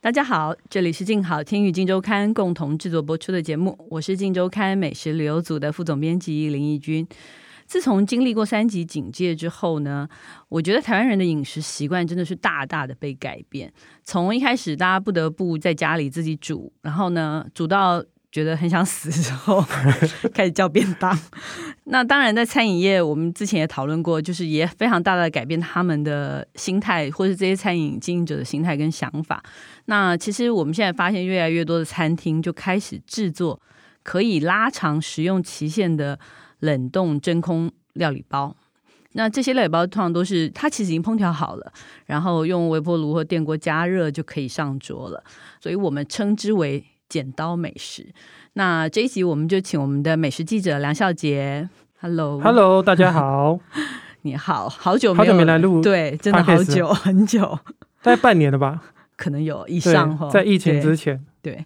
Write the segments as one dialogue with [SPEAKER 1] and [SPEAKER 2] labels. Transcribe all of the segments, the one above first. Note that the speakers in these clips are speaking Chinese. [SPEAKER 1] 大家好，这里是静好听与静周刊共同制作播出的节目，我是静周刊美食旅游组的副总编辑林义君。自从经历过三级警戒之后呢，我觉得台湾人的饮食习惯真的是大大的被改变。从一开始大家不得不在家里自己煮，然后呢煮到觉得很想死之后， 开始叫便当。 那当然，在餐饮业，我们之前也讨论过，就是也非常大的改变他们的心态，或是这些餐饮经营者的心态跟想法。那其实我们现在发现，越来越多的餐厅就开始制作可以拉长食用期限的冷冻真空料理包。那这些料理包通常都是它其实已经烹调好了，然后用微波炉或电锅加热就可以上桌了，所以我们称之为剪刀美食。那这一集我们就请我们的美食记者梁孝杰，Hello，
[SPEAKER 2] Hello，大 家好，
[SPEAKER 1] 你好，好久
[SPEAKER 2] 好
[SPEAKER 1] 没有
[SPEAKER 2] 久没来录，，
[SPEAKER 1] 对，真的好
[SPEAKER 2] podcast
[SPEAKER 1] 久很久，
[SPEAKER 2] 大概半年了吧？
[SPEAKER 1] 可能有以
[SPEAKER 2] 对
[SPEAKER 1] 上哈，，
[SPEAKER 2] 在疫情
[SPEAKER 1] 对
[SPEAKER 2] 之前，
[SPEAKER 1] 对，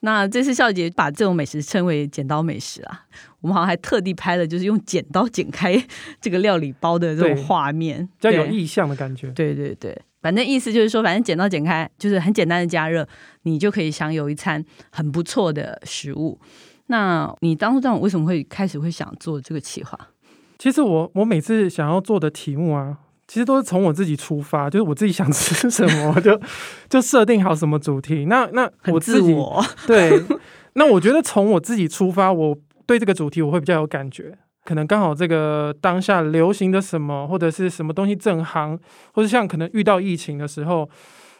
[SPEAKER 1] 那这次笑姐把这种美食称为“剪刀美食”啊，我们好像还特地拍了，就是用剪刀剪开这个料理包的这
[SPEAKER 2] 对
[SPEAKER 1] 种画面，
[SPEAKER 2] 比较有
[SPEAKER 1] 对
[SPEAKER 2] 意向的感觉。
[SPEAKER 1] 对对对，反正意思就是说，反正剪刀剪开就是很简单的加热，你就可以享有一餐很不错的食物。那你当初这样为什么会开始会想做这个企划？
[SPEAKER 2] 其实我我每次想要做的题目啊，其实都是从我自己出发，就是我自己想吃什么， 我就就设定好什么主题。那那
[SPEAKER 1] 很
[SPEAKER 2] 我
[SPEAKER 1] 自
[SPEAKER 2] 自己
[SPEAKER 1] 我，
[SPEAKER 2] 对， 那我觉得从我自己出发，我对这个主题我会比较有感觉。可能刚好这个当下流行的什么，或者是什么东西正行，或者像可能遇到疫情的时候，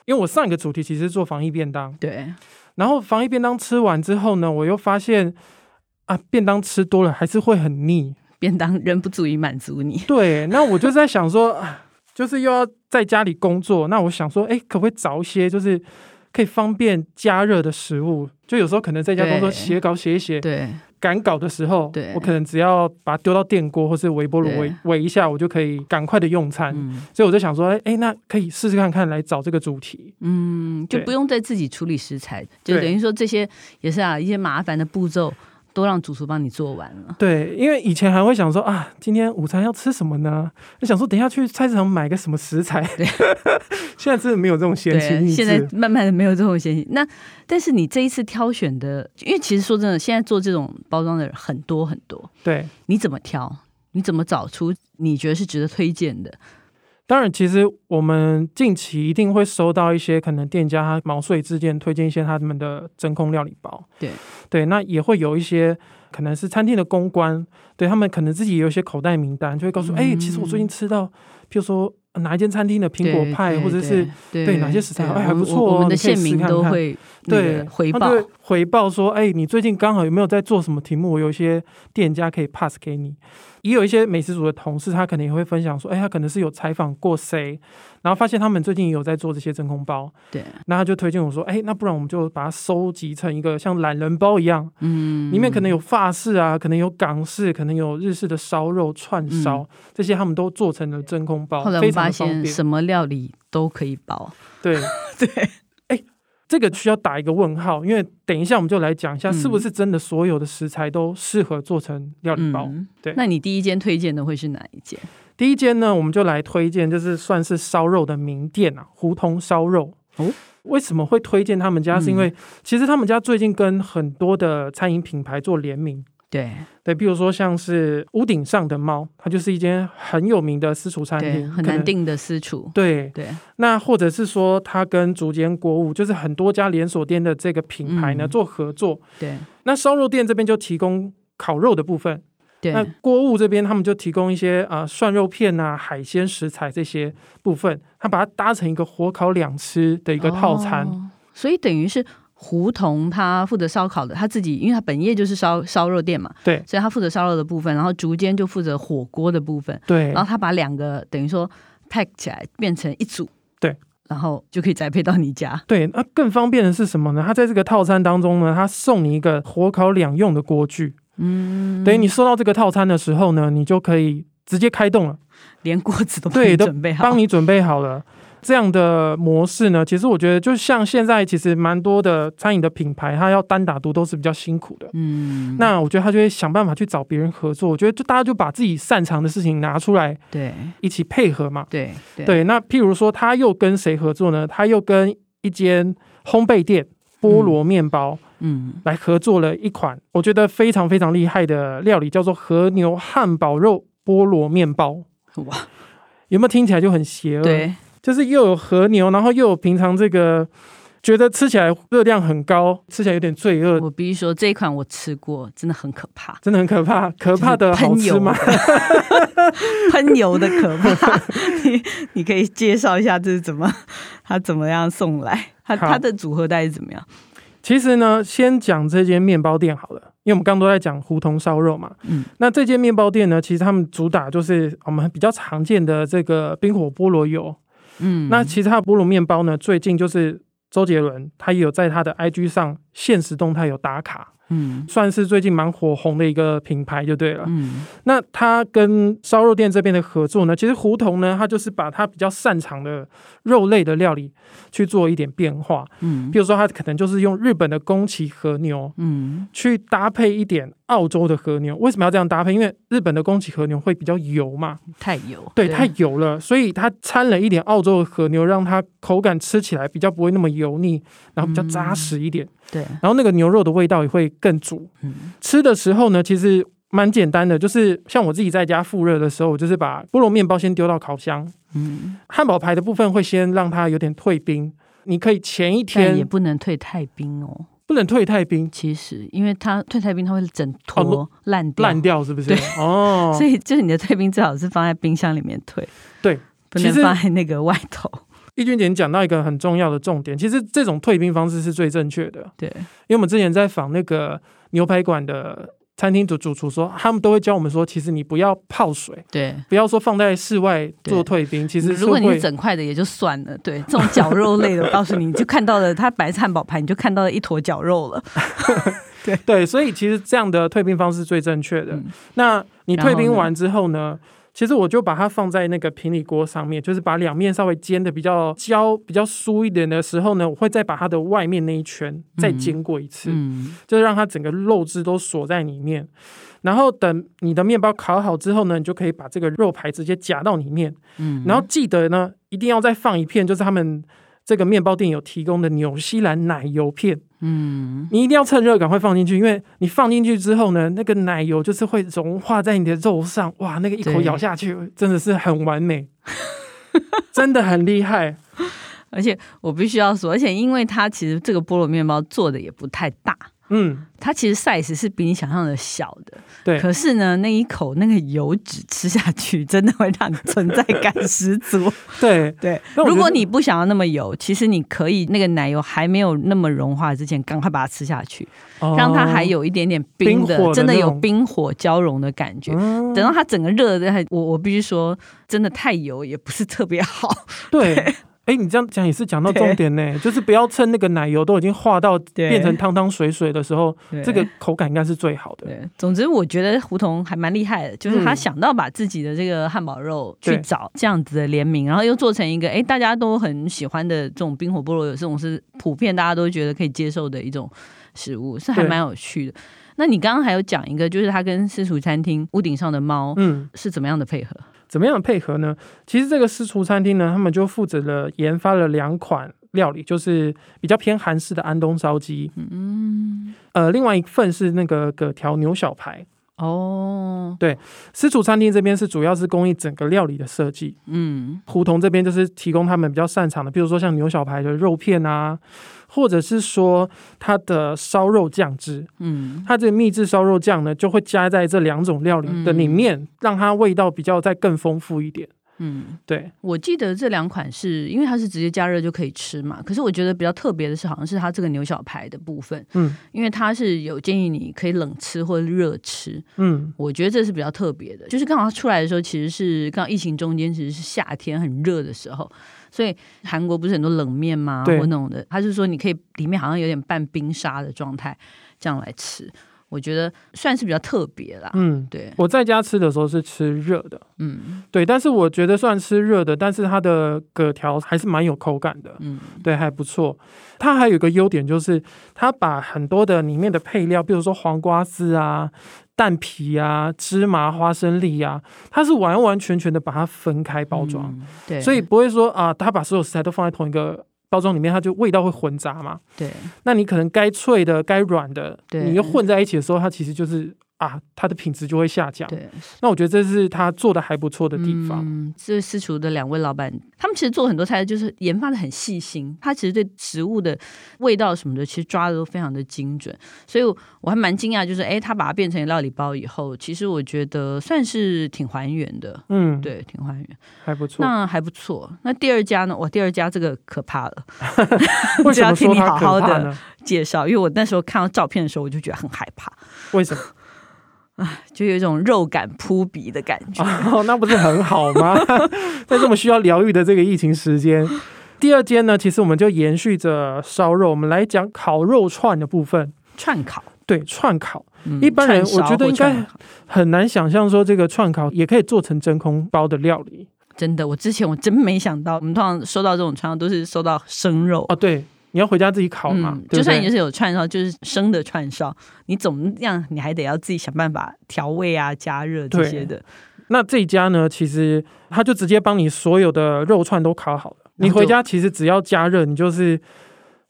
[SPEAKER 2] 因为我上一个主题其实是做防疫便当，
[SPEAKER 1] 对，
[SPEAKER 2] 然后防疫便当吃完之后呢，我又发现啊，便当吃多了还是会很腻。
[SPEAKER 1] 便当人不足以满足你，
[SPEAKER 2] 对，那我就在想说，啊就是又要在家里工作，那我想说，哎，可不可以找一些就是可以方便加热的食物？就有时候可能在家工作
[SPEAKER 1] 对
[SPEAKER 2] 写稿写一写，
[SPEAKER 1] 对
[SPEAKER 2] 赶稿的时候
[SPEAKER 1] 对，
[SPEAKER 2] 我可能只要把它丢到电锅或是微波炉
[SPEAKER 1] 对
[SPEAKER 2] 围围一下，我就可以赶快的用餐。
[SPEAKER 1] 嗯
[SPEAKER 2] 所以我就想说，哎哎，那可以试试看看来找这个主题。
[SPEAKER 1] 嗯，就
[SPEAKER 2] 对
[SPEAKER 1] 不用再自己处理食材，就等于说这些也是啊，一些麻烦的步骤都让主厨帮你做完了。
[SPEAKER 2] 对，因为以前还会想说啊，今天午餐要吃什么呢？就想说等一下去菜市场买个什么食材。 现在真的没有这种闲情
[SPEAKER 1] 对，
[SPEAKER 2] 逸
[SPEAKER 1] 现在
[SPEAKER 2] 致。
[SPEAKER 1] 慢慢的没有这种嫌疑。那但是你这一次挑选的，因为其实说真的，现在做这种包装的人很多很多，
[SPEAKER 2] 对，
[SPEAKER 1] 你怎么挑？你怎么找出你觉得是值得推荐的？
[SPEAKER 2] 当然，其实我们近期一定会收到一些可能店家他毛遂自荐推荐一些他们的真空料理包。
[SPEAKER 1] 对
[SPEAKER 2] 对，那也会有一些可能是餐厅的公关，对他们可能自己有一些口袋名单，就会告诉
[SPEAKER 1] 嗯
[SPEAKER 2] 哎、其实我最近吃到，譬如说呃哪一间餐厅的苹果派，
[SPEAKER 1] 对
[SPEAKER 2] 或者是
[SPEAKER 1] 对
[SPEAKER 2] 对哪些食材
[SPEAKER 1] 对
[SPEAKER 2] 哎还不错哦
[SPEAKER 1] 我我我们的
[SPEAKER 2] 你可以
[SPEAKER 1] 县
[SPEAKER 2] 试
[SPEAKER 1] 民
[SPEAKER 2] 看
[SPEAKER 1] 都
[SPEAKER 2] 看
[SPEAKER 1] 会那个
[SPEAKER 2] 对
[SPEAKER 1] 回
[SPEAKER 2] 他
[SPEAKER 1] 报
[SPEAKER 2] 就，会回报说，哎、你最近刚好有没有在做什么题目？我有一些店家可以 pass 给你。也有一些美食组的同事，他可能也会分享说，哎、他可能是有采访过谁，然后发现他们最近也有在做这些真空包，
[SPEAKER 1] 对，
[SPEAKER 2] 那他就推荐我说，哎、那不然我们就把它收集成一个像懒人包一样，
[SPEAKER 1] 嗯，
[SPEAKER 2] 里面可能有法式啊，可能有港式，可能有日式的烧肉串烧，
[SPEAKER 1] 嗯
[SPEAKER 2] 这些他们都做成了真空包
[SPEAKER 1] 后来，我
[SPEAKER 2] 非常
[SPEAKER 1] 发
[SPEAKER 2] 的方
[SPEAKER 1] 现
[SPEAKER 2] 便。
[SPEAKER 1] 什么料理都可以包，
[SPEAKER 2] 对 对，哎、这个需要打一个问号，因为等一下我们就来讲一下，
[SPEAKER 1] 嗯
[SPEAKER 2] 是不是真的所有的食材都适合做成料理包。
[SPEAKER 1] 嗯，
[SPEAKER 2] 对
[SPEAKER 1] 那你第一间推荐的会是哪一间？
[SPEAKER 2] 第一间呢，我们就来推荐，就是算是烧肉的名店啊，胡同烧肉。
[SPEAKER 1] 哦，
[SPEAKER 2] 为什么会推荐他们家？
[SPEAKER 1] 嗯
[SPEAKER 2] 是因为其实他们家最近跟很多的餐饮品牌做联名。
[SPEAKER 1] 对
[SPEAKER 2] 对，比如说像是屋顶上的猫，它就是一间很有名的私厨餐
[SPEAKER 1] 对，
[SPEAKER 2] 厅，
[SPEAKER 1] 很
[SPEAKER 2] 可
[SPEAKER 1] 难
[SPEAKER 2] 能。
[SPEAKER 1] 定的私厨，
[SPEAKER 2] 对，
[SPEAKER 1] 对，
[SPEAKER 2] 那或者是说，它跟竹间国务，就是很多家连锁店的这个品牌呢、
[SPEAKER 1] 嗯
[SPEAKER 2] 做合作。
[SPEAKER 1] 对
[SPEAKER 2] 那烧肉店这边就提供烤肉的部分，
[SPEAKER 1] 对
[SPEAKER 2] 那锅物这边他们就提供一些啊、呃涮肉片啊、海鲜食材这些部分，它把它搭成一个火烤两吃的一
[SPEAKER 1] 一
[SPEAKER 2] 个套餐。
[SPEAKER 1] 哦所以等于是胡同他负责烧烤的，他自己因为他本业就是烧烧肉店嘛，
[SPEAKER 2] 对
[SPEAKER 1] 所以他负责烧肉的部分，然后竹间就负责火锅的部分，
[SPEAKER 2] 对
[SPEAKER 1] 然后他把两个等于说 pack 起来变成一组，
[SPEAKER 2] 对，
[SPEAKER 1] 然后就可以宅配到你家。
[SPEAKER 2] 对，那更方便的是什么呢？它在这个套餐当中呢，它送你一个火烤两用的锅具。嗯，等于你收到这个套餐的时候呢，你就可以直接开动了，
[SPEAKER 1] 连锅子都帮
[SPEAKER 2] 对
[SPEAKER 1] 你
[SPEAKER 2] 都
[SPEAKER 1] 准备好，
[SPEAKER 2] 帮你准备好了。这样的模式呢，其实我觉得就像现在其实蛮多的餐饮的品牌，它要单打独斗是比较辛苦的。
[SPEAKER 1] 嗯，
[SPEAKER 2] 那我觉得他就会想办法去找别人合作。我觉得就大家就把自己擅长的事情拿出来
[SPEAKER 1] 对
[SPEAKER 2] 一起配合嘛。
[SPEAKER 1] 对对
[SPEAKER 2] 对，那譬如说他又跟谁合作呢？他又跟一间烘焙店菠萝面包
[SPEAKER 1] 嗯
[SPEAKER 2] 来合作了一款，我觉得非常非常厉害的料理，叫做和牛汉堡肉菠萝面包。
[SPEAKER 1] 哇，
[SPEAKER 2] 有没有听起来就很邪恶？，
[SPEAKER 1] 对
[SPEAKER 2] 就是又有和牛，然后又有平常这个觉得吃起来热量很高，吃起来有点罪恶，
[SPEAKER 1] 我必须说这一款我吃过，真的很可怕，
[SPEAKER 2] 真的很可怕。可怕的好吃吗？
[SPEAKER 1] 喷油的可怕。 你你可以介绍一下这是怎么，它怎么样送来？它
[SPEAKER 2] 好
[SPEAKER 1] 它的组合大概是怎么样？
[SPEAKER 2] 其实呢，先讲这间面包店好了，因为我们刚刚都在讲胡同烧肉嘛。
[SPEAKER 1] 嗯，
[SPEAKER 2] 那这间面包店呢，其实他们主打就是我们比较常见的这个冰火菠萝油。
[SPEAKER 1] 嗯
[SPEAKER 2] 那其实它的菠萝面包呢，最近就是周杰伦他也有在他的 IG 上现实动态有打卡，
[SPEAKER 1] 嗯
[SPEAKER 2] 算是最近蛮火红的一个品牌就对了。
[SPEAKER 1] 嗯
[SPEAKER 2] 那他跟烧肉店这边的合作呢，其实胡同呢，他就是把他比较擅长的肉类的料理去做一点变化，
[SPEAKER 1] 嗯
[SPEAKER 2] 比如说他可能就是用日本的宫崎和牛，
[SPEAKER 1] 嗯
[SPEAKER 2] 去搭配一点澳洲的和牛。为什么要这样搭配？因为日本的宫崎和牛会比较油嘛，
[SPEAKER 1] 太油，
[SPEAKER 2] 对，太油了，所以它掺了一点澳洲的和牛，让它口感吃起来比较不会那么油腻，然后比较扎实一点，
[SPEAKER 1] 对，
[SPEAKER 2] 然后那个牛肉的味道也会更足。
[SPEAKER 1] 嗯
[SPEAKER 2] 吃的时候呢，其实。蛮简单的，就是像我自己在家复热的时候，我就是把菠萝面包先丢到烤箱，
[SPEAKER 1] 嗯，
[SPEAKER 2] 汉堡排的部分会先让它有点退冰。你可以前一
[SPEAKER 1] 但也
[SPEAKER 2] 天
[SPEAKER 1] 不能退太冰哦。
[SPEAKER 2] 不能退太冰，
[SPEAKER 1] 其实，因为它退太冰，它会整
[SPEAKER 2] 哦
[SPEAKER 1] 坨烂掉，
[SPEAKER 2] 烂掉是不是
[SPEAKER 1] 对？
[SPEAKER 2] 哦，
[SPEAKER 1] 所以就是你的退冰最好是放在冰箱里面退，
[SPEAKER 2] 对，
[SPEAKER 1] 不
[SPEAKER 2] 其
[SPEAKER 1] 能
[SPEAKER 2] 实
[SPEAKER 1] 放在那个外头。
[SPEAKER 2] 易君姐你讲到一个很重要的重点，其实这种退冰方式是最正确的，
[SPEAKER 1] 对，
[SPEAKER 2] 因为我们之前在访那个牛排馆的餐厅主主厨说，他们都会教我们说，其实你不要泡水，
[SPEAKER 1] 对。
[SPEAKER 2] 不要说放在室外做退冰，其实
[SPEAKER 1] 嗯
[SPEAKER 2] 是
[SPEAKER 1] 如果你
[SPEAKER 2] 会
[SPEAKER 1] 是整块的也就算了，对这种绞肉类的，我告诉你，你就看到了它白汉堡排，你就看到了一坨绞肉了。
[SPEAKER 2] 对，所以其实这样的退冰方式最正确的。
[SPEAKER 1] 嗯
[SPEAKER 2] 那你退
[SPEAKER 1] 然
[SPEAKER 2] 冰
[SPEAKER 1] 后呢
[SPEAKER 2] 完之后呢？其实我就把它放在那个平底锅上面，就是把两面稍微煎的比较焦、比较酥一点的时候呢，我会再把它的外面那一圈再
[SPEAKER 1] 嗯
[SPEAKER 2] 煎过一次。
[SPEAKER 1] 嗯
[SPEAKER 2] 就是让它整个肉汁都锁在里面。然后等你的面包烤好之后呢，你就可以把这个肉排直接夹到里面。
[SPEAKER 1] 嗯
[SPEAKER 2] 然后记得呢，一定要再放一片，就是他们这个面包店有提供的纽西兰奶油片，
[SPEAKER 1] 嗯，
[SPEAKER 2] 你一定要趁热赶快放进去，因为你放进去之后呢，那个奶油就是会融化在你的肉上，哇，那个一口
[SPEAKER 1] 对
[SPEAKER 2] 咬下去真的是很 完美，真的很厉害。
[SPEAKER 1] 而且我必须要说，而且因为它其实这个菠萝面包做的也不太大，
[SPEAKER 2] 嗯，
[SPEAKER 1] 它其实 size 是比你想象的小的，
[SPEAKER 2] 对，
[SPEAKER 1] 可是呢，那一口那个油脂吃下去，真的会让你存在感十足。
[SPEAKER 2] 对。
[SPEAKER 1] 对，
[SPEAKER 2] 那我觉
[SPEAKER 1] 如
[SPEAKER 2] 得
[SPEAKER 1] 果你不想要那么油，其实你可以那个奶油还没有那么融化之前，赶快把它吃下去，让它还有一点点冰的，
[SPEAKER 2] 哦冰火的
[SPEAKER 1] 真的
[SPEAKER 2] 那
[SPEAKER 1] 有
[SPEAKER 2] 种
[SPEAKER 1] 冰火交融的感觉。
[SPEAKER 2] 嗯
[SPEAKER 1] 等到它整个热的，还我我必须说，真的太油也不是特别好。
[SPEAKER 2] 对，哎，你这样讲也是讲到重点呢，就是不要趁那个奶油都已经化到
[SPEAKER 1] 对
[SPEAKER 2] 变成汤汤水水的时候，
[SPEAKER 1] 对
[SPEAKER 2] 这个口感应该是最好的。
[SPEAKER 1] 对，总之我觉得胡同还蛮厉害的，就是他
[SPEAKER 2] 嗯
[SPEAKER 1] 想到把自己的这个汉堡肉去
[SPEAKER 2] 对
[SPEAKER 1] 找这样子的联名，然后又做成一个哎大家都很喜欢的这种冰火菠萝油，这种是普遍大家都觉得可以接受的一种食物，是还
[SPEAKER 2] 对
[SPEAKER 1] 蛮有趣的。那你刚刚还有讲一个，就是他跟私厨餐厅屋顶上的猫
[SPEAKER 2] 嗯，
[SPEAKER 1] 是怎么样的配合？
[SPEAKER 2] 怎么样的配合呢？其实这个私厨餐厅呢，他们就负责了研发了两款料理，就是比较偏韩式的安东烧鸡，
[SPEAKER 1] 嗯，
[SPEAKER 2] 呃，另外一份是那个葛条牛小排。
[SPEAKER 1] 哦，
[SPEAKER 2] 私厨餐厅这边是主要是供应整个料理的设计，
[SPEAKER 1] 嗯
[SPEAKER 2] 胡同这边就是提供他们比较擅长的，比如说像牛小排的肉片啊，或者是说它的烧肉酱汁，
[SPEAKER 1] 嗯
[SPEAKER 2] 它这个秘制烧肉酱呢，就会加在这两种料理的里面，让它味道比较再更丰富一点。
[SPEAKER 1] 嗯嗯，
[SPEAKER 2] 对，
[SPEAKER 1] 我记得这两款是因为它是直接加热就可以吃嘛，可是我觉得比较特别的是，好像是它这个牛小排的部分，
[SPEAKER 2] 嗯
[SPEAKER 1] 因为它是有建议你可以冷吃或热吃，
[SPEAKER 2] 嗯
[SPEAKER 1] 我觉得这是比较特别的，就是刚好它出来的时候，其实是刚好疫情中间，其实是夏天很热的时候，所以韩国不是很多冷面吗？
[SPEAKER 2] 对
[SPEAKER 1] 或那种的，它是说你可以里面好像有点半冰沙的状态，这样来吃，我觉得算是比较特别啦。
[SPEAKER 2] 嗯。
[SPEAKER 1] 对，
[SPEAKER 2] 我在家吃的时候是吃热的，
[SPEAKER 1] 嗯
[SPEAKER 2] 对，但是我觉得算吃热的，但是它的葛条还是蛮有口感的，
[SPEAKER 1] 嗯
[SPEAKER 2] 对，还不错。它还有一个优点就是，它把很多的里面的配料，比如说黄瓜丝啊、蛋皮啊、芝麻、花生粒啊，它是完完全全的把它分开包装，
[SPEAKER 1] 嗯对，
[SPEAKER 2] 所以不会说啊，它把所有食材都放在同一个。包装里面它就味道会混杂嘛，
[SPEAKER 1] 对
[SPEAKER 2] 那你可能该脆的、该软的，
[SPEAKER 1] 对
[SPEAKER 2] 你又混在一起的时候，它其实就是啊，它的品质就会下降。
[SPEAKER 1] 对
[SPEAKER 2] 那我觉得这是它做的还不错的地方。
[SPEAKER 1] 嗯，这私厨的两位老板，他们其实做很多菜，就是研发的很细心。他其实对食物的味道什么的，其实抓的都非常的精准。所以我还蛮惊讶，就是哎，他把它变成料理包以后，其实我觉得算是挺还原的，
[SPEAKER 2] 嗯，，
[SPEAKER 1] 对，挺还原。
[SPEAKER 2] 还不错。
[SPEAKER 1] 那还不错。那第二家呢？哇，第二家这个可怕了，
[SPEAKER 2] 为什
[SPEAKER 1] 就要
[SPEAKER 2] 么
[SPEAKER 1] 听
[SPEAKER 2] 说
[SPEAKER 1] 你
[SPEAKER 2] 它
[SPEAKER 1] 好
[SPEAKER 2] 可
[SPEAKER 1] 好
[SPEAKER 2] 怕
[SPEAKER 1] 的
[SPEAKER 2] 呢？
[SPEAKER 1] 介绍，因为我那时候看到照片的时候，我就觉得很害怕，
[SPEAKER 2] 为什么？
[SPEAKER 1] 就有一种肉感扑鼻的感觉。
[SPEAKER 2] 哦，那不是很好吗？ 在这么需要疗愈的这个疫情时间，第二间呢，其实我们就延续着烧肉，我们来讲烤肉串的部分。
[SPEAKER 1] 串烤，
[SPEAKER 2] 对，串烤
[SPEAKER 1] 嗯
[SPEAKER 2] 一般人
[SPEAKER 1] 串烧
[SPEAKER 2] 我觉得
[SPEAKER 1] 或
[SPEAKER 2] 应该
[SPEAKER 1] 串烤
[SPEAKER 2] 很难想象说这个串烤也可以做成真空包的料理
[SPEAKER 1] 真的，我之前我真没想到，我们通常收到这种串烧都是收到生肉。
[SPEAKER 2] 哦。对，你要回家自己烤嘛，
[SPEAKER 1] 嗯，就
[SPEAKER 2] 对不
[SPEAKER 1] 算你
[SPEAKER 2] 对？
[SPEAKER 1] 是有串烧，就是生的串烧，你怎么样，你还得要自己想办法调味啊、加热这
[SPEAKER 2] 对
[SPEAKER 1] 些的。
[SPEAKER 2] 那这一家呢，其实他就直接帮你所有的肉串都烤好了，你
[SPEAKER 1] 然后就
[SPEAKER 2] 回家其实只要加热，你就是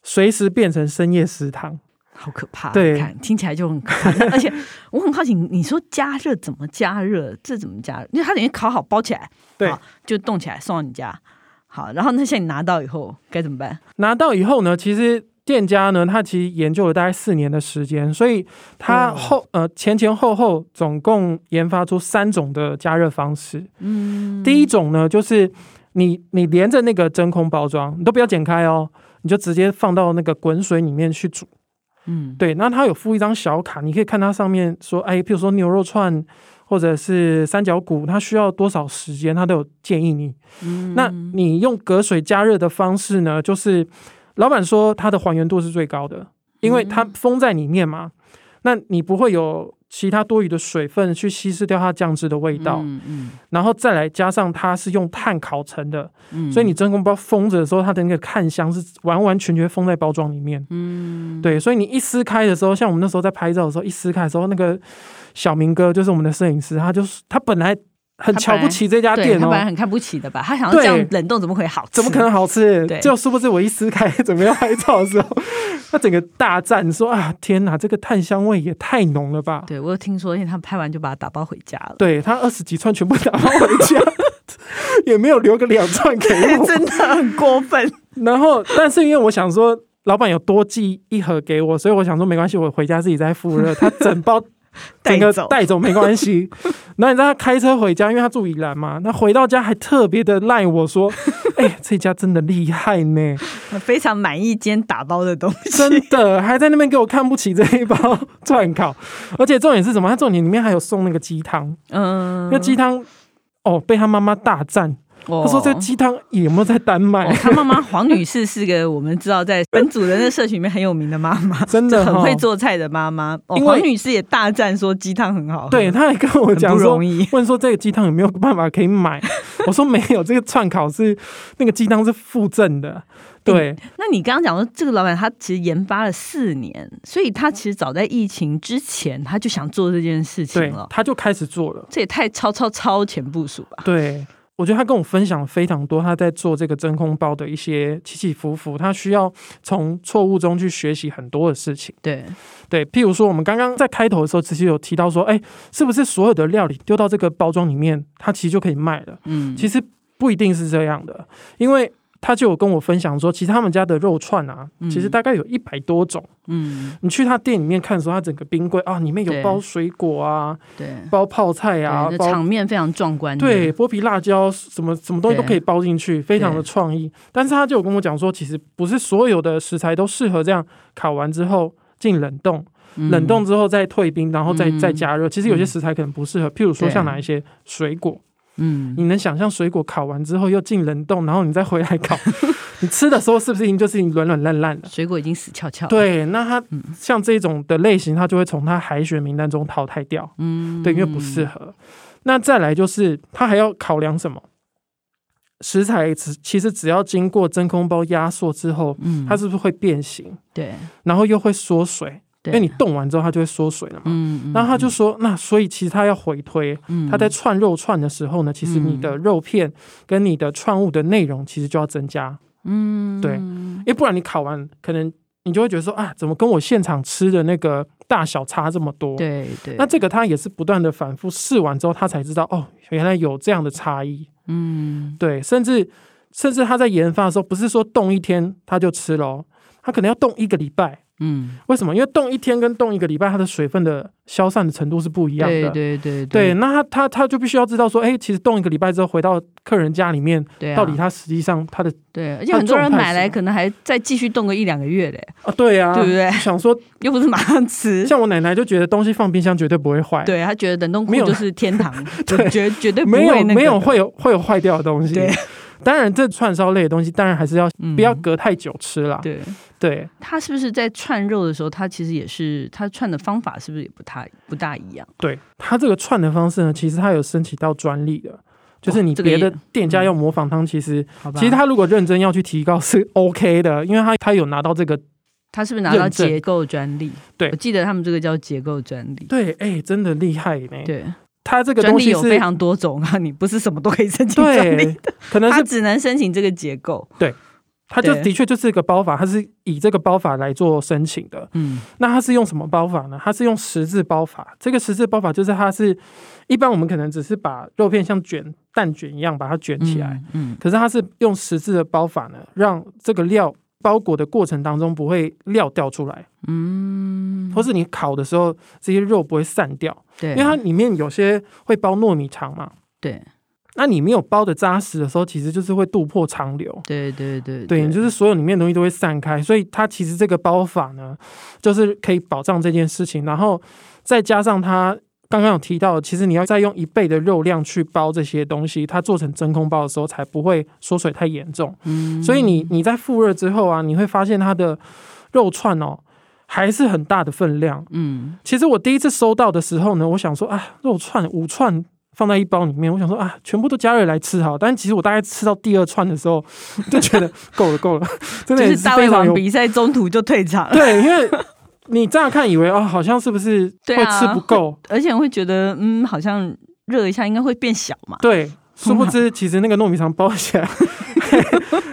[SPEAKER 2] 随时变成深夜食堂。
[SPEAKER 1] 好可怕！
[SPEAKER 2] 对
[SPEAKER 1] 看听起来就很可怕。而且我很好奇，你说加热怎么加热？这怎么加热？因为它等于烤好包起来，
[SPEAKER 2] 对
[SPEAKER 1] 好，就冻起来送到你家。好，然后那现在你拿到以后该怎么办？
[SPEAKER 2] 拿到以后呢，其实店家呢，他其实研究了大概四年的时间，所以他
[SPEAKER 1] 哦
[SPEAKER 2] 后、呃前前后后总共研发出三种的加热方式。
[SPEAKER 1] 嗯，
[SPEAKER 2] 第一种呢，就是你你连着那个真空包装，你都不要剪开哦，你就直接放到那个滚水里面去煮。
[SPEAKER 1] 嗯，
[SPEAKER 2] 对，那它有附一张小卡，你可以看它上面说，哎，譬如说牛肉串或者是三角骨，它需要多少时间，它都有建议你。
[SPEAKER 1] 嗯
[SPEAKER 2] 那你用隔水加热的方式呢，就是老板说它的还原度是最高的，因为
[SPEAKER 1] 嗯
[SPEAKER 2] 它封在里面嘛，那你不会有其他多余的水分去稀释掉它酱汁的味道，
[SPEAKER 1] 嗯嗯
[SPEAKER 2] 然后再来加上它是用碳烤成的，
[SPEAKER 1] 嗯
[SPEAKER 2] 所以你真空包封着的时候，它的那个碳香是完完全全封在包装里面。
[SPEAKER 1] 嗯，
[SPEAKER 2] 对，所以你一撕开的时候，像我们那时候在拍照的时候，一撕开的时候，那个小明哥就是我们的摄影师，他就是他本来很
[SPEAKER 1] 他
[SPEAKER 2] 瞧
[SPEAKER 1] 本
[SPEAKER 2] 不
[SPEAKER 1] 来
[SPEAKER 2] 起这家
[SPEAKER 1] 对
[SPEAKER 2] 店
[SPEAKER 1] 他
[SPEAKER 2] 哦
[SPEAKER 1] 本，来很看不起的吧？他想要
[SPEAKER 2] 对
[SPEAKER 1] 这样冷冻怎么会好吃？
[SPEAKER 2] 怎么可能好 吃
[SPEAKER 1] 对？
[SPEAKER 2] 就殊不知我一撕开准备要拍照的时候，哦他整个大赞说啊，天哪，这个炭香味也太浓了吧！
[SPEAKER 1] 对我有听说，而且他拍完就把它打包回家了。
[SPEAKER 2] 对他二十几串全部打包回 家，也没有留个两串给我。
[SPEAKER 1] 真的很过 分，
[SPEAKER 2] 然后，但是因为我想说，老板有多寄一盒给我，所以我想说没关系，我回家自己再复热。他整包整
[SPEAKER 1] 带
[SPEAKER 2] 个
[SPEAKER 1] 走
[SPEAKER 2] 带走没关 系。然后你知道他开车回家，因为他住宜兰嘛，那回到家还特别的赖我说：“ 哎、这家真的厉 害呢。”
[SPEAKER 1] 非常满意今天打包的东
[SPEAKER 2] 真
[SPEAKER 1] 西。
[SPEAKER 2] 的还在那边给我看不起这一包 串烤，而且重点是什么？它重点里面还有送那个鸡汤，
[SPEAKER 1] 嗯哦
[SPEAKER 2] 那鸡汤哦被他妈妈大赞，
[SPEAKER 1] 他
[SPEAKER 2] 他说这鸡汤有没有在丹麦？
[SPEAKER 1] 他妈妈黄女士是个我们知道在本组的那社群里面很有名的妈妈，
[SPEAKER 2] 真的
[SPEAKER 1] 很
[SPEAKER 2] 哦
[SPEAKER 1] 会做菜的妈妈。哦，
[SPEAKER 2] 因为
[SPEAKER 1] 黄女士也大赞说鸡汤很好喝，
[SPEAKER 2] 对，他还跟我
[SPEAKER 1] 很不
[SPEAKER 2] 讲说
[SPEAKER 1] 容， 易。
[SPEAKER 2] 问说这个鸡汤有没有办法可 以买？我说没有，这个串烤是那个鸡汤是附赠的，对，
[SPEAKER 1] 那你刚刚讲说这个老板他其实研发了四年，所以他其实早在疫情之前他就想做这件事情
[SPEAKER 2] 对
[SPEAKER 1] 了，，
[SPEAKER 2] 他就开始做了。
[SPEAKER 1] 这也太超超超前部署吧？
[SPEAKER 2] 对，我觉得他跟我分享了非常多，他在做这个真空包的一些起起伏伏，他需要从错误中去学习很多的事情。
[SPEAKER 1] 对，
[SPEAKER 2] 对，譬如说我们刚刚在开头的时候，其实有提到说，哎，是不是所有的料理丢到这个包装里面，它其实就可以卖了？
[SPEAKER 1] 嗯，
[SPEAKER 2] 其实不一定是这样的，因为。他就有跟我分享说，其实他们家的肉串啊，
[SPEAKER 1] 嗯
[SPEAKER 2] 其实大概有一百多种。
[SPEAKER 1] 嗯，
[SPEAKER 2] 你去他店里面看的时候，他整个冰柜啊，里面
[SPEAKER 1] 对
[SPEAKER 2] 有包水果啊，
[SPEAKER 1] 对，
[SPEAKER 2] 包泡菜啊，
[SPEAKER 1] 对，这
[SPEAKER 2] 包
[SPEAKER 1] 场面非常壮观的，
[SPEAKER 2] 对剥皮辣椒，什么什么东西都
[SPEAKER 1] 对
[SPEAKER 2] 可以包进去，非常的
[SPEAKER 1] 对
[SPEAKER 2] 创意。但是他就有跟我讲说，其实不是所有的食材都适合这样烤完之后进冷冻，
[SPEAKER 1] 嗯，
[SPEAKER 2] 冷冻之后再退冰，然后再、
[SPEAKER 1] 嗯
[SPEAKER 2] 再加热。其实有些
[SPEAKER 1] 嗯
[SPEAKER 2] 食材可能不适合，譬如说
[SPEAKER 1] 对
[SPEAKER 2] 像哪一些水果，
[SPEAKER 1] 嗯，
[SPEAKER 2] 你能想象水果烤完之后又进冷冻，然后你再回来 烤，你吃的时候是不是已经就是已经软软烂烂的？
[SPEAKER 1] 水果已经死翘翘，，
[SPEAKER 2] 对，那它
[SPEAKER 1] 嗯
[SPEAKER 2] 像这种的类型，它就会从它海选名单中淘汰掉。
[SPEAKER 1] 嗯，
[SPEAKER 2] 对，因为不适合。那再来就是，它还要考量什么？食材只其实只要经过真空包压缩之后，
[SPEAKER 1] 嗯，
[SPEAKER 2] 它是不是会变形，
[SPEAKER 1] 对，
[SPEAKER 2] 然后又会缩水？
[SPEAKER 1] 对，
[SPEAKER 2] 因
[SPEAKER 1] 啊
[SPEAKER 2] 为你冻完之后，它就会缩水了嘛。
[SPEAKER 1] 嗯，嗯，
[SPEAKER 2] 那他就说，那所以其实他要回推，
[SPEAKER 1] 嗯
[SPEAKER 2] 他在串肉串的时候呢，其实你的肉片跟你的串物的内容其实就要增加，
[SPEAKER 1] 嗯，
[SPEAKER 2] 对因为不然你烤完，可能你就会觉得说啊，怎么跟我现场吃的那个大小差这么多？
[SPEAKER 1] 对对，
[SPEAKER 2] 那这个他也是不断的反复试完之后，他才知道哦，原来有这样的差异。
[SPEAKER 1] 嗯
[SPEAKER 2] 对，甚至甚至他在研发的时候，不是说冻一天他就吃了哦，他可能要冻一个礼拜。
[SPEAKER 1] 嗯，
[SPEAKER 2] 为什么？因为冻一天跟冻一个礼拜，它的水分的消散的程度是不一样的。
[SPEAKER 1] 对对对
[SPEAKER 2] 对那他他他就必须要知道说，哎，其实冻一个礼拜之后回到客人家里面，
[SPEAKER 1] 对啊，
[SPEAKER 2] 到底他实际上他的
[SPEAKER 1] 对，而且
[SPEAKER 2] 它
[SPEAKER 1] 很多人
[SPEAKER 2] 状态
[SPEAKER 1] 买
[SPEAKER 2] 是
[SPEAKER 1] 来
[SPEAKER 2] 什么
[SPEAKER 1] 可能还再继续冻个一两个月嘞，
[SPEAKER 2] 啊，对啊，
[SPEAKER 1] 对不对？
[SPEAKER 2] 想说，
[SPEAKER 1] 又不是马上吃，
[SPEAKER 2] 像我奶奶就觉得东西放冰箱绝对不会坏，
[SPEAKER 1] 对他觉得冷冻库
[SPEAKER 2] 没有
[SPEAKER 1] 就是天堂， 就绝绝对不
[SPEAKER 2] 没
[SPEAKER 1] 会
[SPEAKER 2] 有
[SPEAKER 1] 那个
[SPEAKER 2] 没有会有会有坏掉的东西
[SPEAKER 1] 对。嗯
[SPEAKER 2] 当然，这串烧类的东西，当然还是要不要隔太久吃啦。
[SPEAKER 1] 对。
[SPEAKER 2] 对
[SPEAKER 1] 他是不是在串肉的时候，他其实也是他串的方法是不是也不太不大一样？
[SPEAKER 2] 对，它这个串的方式呢，其实它有申请到专利的，就是你
[SPEAKER 1] 这个也嗯
[SPEAKER 2] 别的店家要模仿它，其实
[SPEAKER 1] 好吧，
[SPEAKER 2] 其实他如果认真要去提高是 OK 的，因为他他有拿到这个。
[SPEAKER 1] 他是不是拿到
[SPEAKER 2] 认证
[SPEAKER 1] 结构专利？
[SPEAKER 2] 对
[SPEAKER 1] 我记得他们这个叫结构专利。
[SPEAKER 2] 对，哎，真的厉害呢。
[SPEAKER 1] 对，
[SPEAKER 2] 他这个
[SPEAKER 1] 专
[SPEAKER 2] 东
[SPEAKER 1] 利
[SPEAKER 2] 西
[SPEAKER 1] 有非
[SPEAKER 2] 是，
[SPEAKER 1] 常多种啊， 你不是什么都可以申请专利
[SPEAKER 2] 对，，可能
[SPEAKER 1] 他
[SPEAKER 2] 是
[SPEAKER 1] 只能申请这个结构。
[SPEAKER 2] 他就
[SPEAKER 1] 对
[SPEAKER 2] 的确就是一个包法，他是以这个包法来做申请的。
[SPEAKER 1] 嗯
[SPEAKER 2] 那它是用什么包法呢？它是用十字包法。这个十字包法就是它是一般我们可能只是把肉片像卷蛋卷一样把它卷起来，，
[SPEAKER 1] 嗯
[SPEAKER 2] 可是它是用十字的包法呢，让这个料包裹的过程当中不会料掉出来，
[SPEAKER 1] 嗯，
[SPEAKER 2] 或是你烤的时候这些肉不会散掉，
[SPEAKER 1] 对，
[SPEAKER 2] 因为它里面有些会包糯米肠嘛。
[SPEAKER 1] 对
[SPEAKER 2] 那你没有包的扎实的时候，其实就是会渡破长流。
[SPEAKER 1] 对对对
[SPEAKER 2] 对，就是所有里面的东西都会散开，所以它其实这个包法呢，就是可以保障这件事情，然后再加上它刚刚有提到的，其实你要再用一倍的肉量去包这些东西，它做成真空包的时候才不会缩水太严重。
[SPEAKER 1] 嗯
[SPEAKER 2] 所以你你在复热之后啊，你会发现它的肉串哦还是很大的分量。
[SPEAKER 1] 嗯
[SPEAKER 2] 其实我第一次收到的时候呢，我想说啊，肉串五串。放在一包里面，我想说啊，全部都加热来吃好。但其实我大概吃到第二串的时候， 就觉得够了，够了，
[SPEAKER 1] 就
[SPEAKER 2] 真的也
[SPEAKER 1] 是
[SPEAKER 2] 是
[SPEAKER 1] 大
[SPEAKER 2] 非
[SPEAKER 1] 胃
[SPEAKER 2] 常
[SPEAKER 1] 王
[SPEAKER 2] 有
[SPEAKER 1] 比赛中途就退场了，
[SPEAKER 2] 对，因为你乍看以为哦，好像是不是
[SPEAKER 1] 对
[SPEAKER 2] 会
[SPEAKER 1] 啊
[SPEAKER 2] 吃不 够？
[SPEAKER 1] 而且会觉得嗯，好像热一下应该会变小嘛。
[SPEAKER 2] 对，殊不
[SPEAKER 1] 嗯
[SPEAKER 2] 知其实那个糯米肠包起来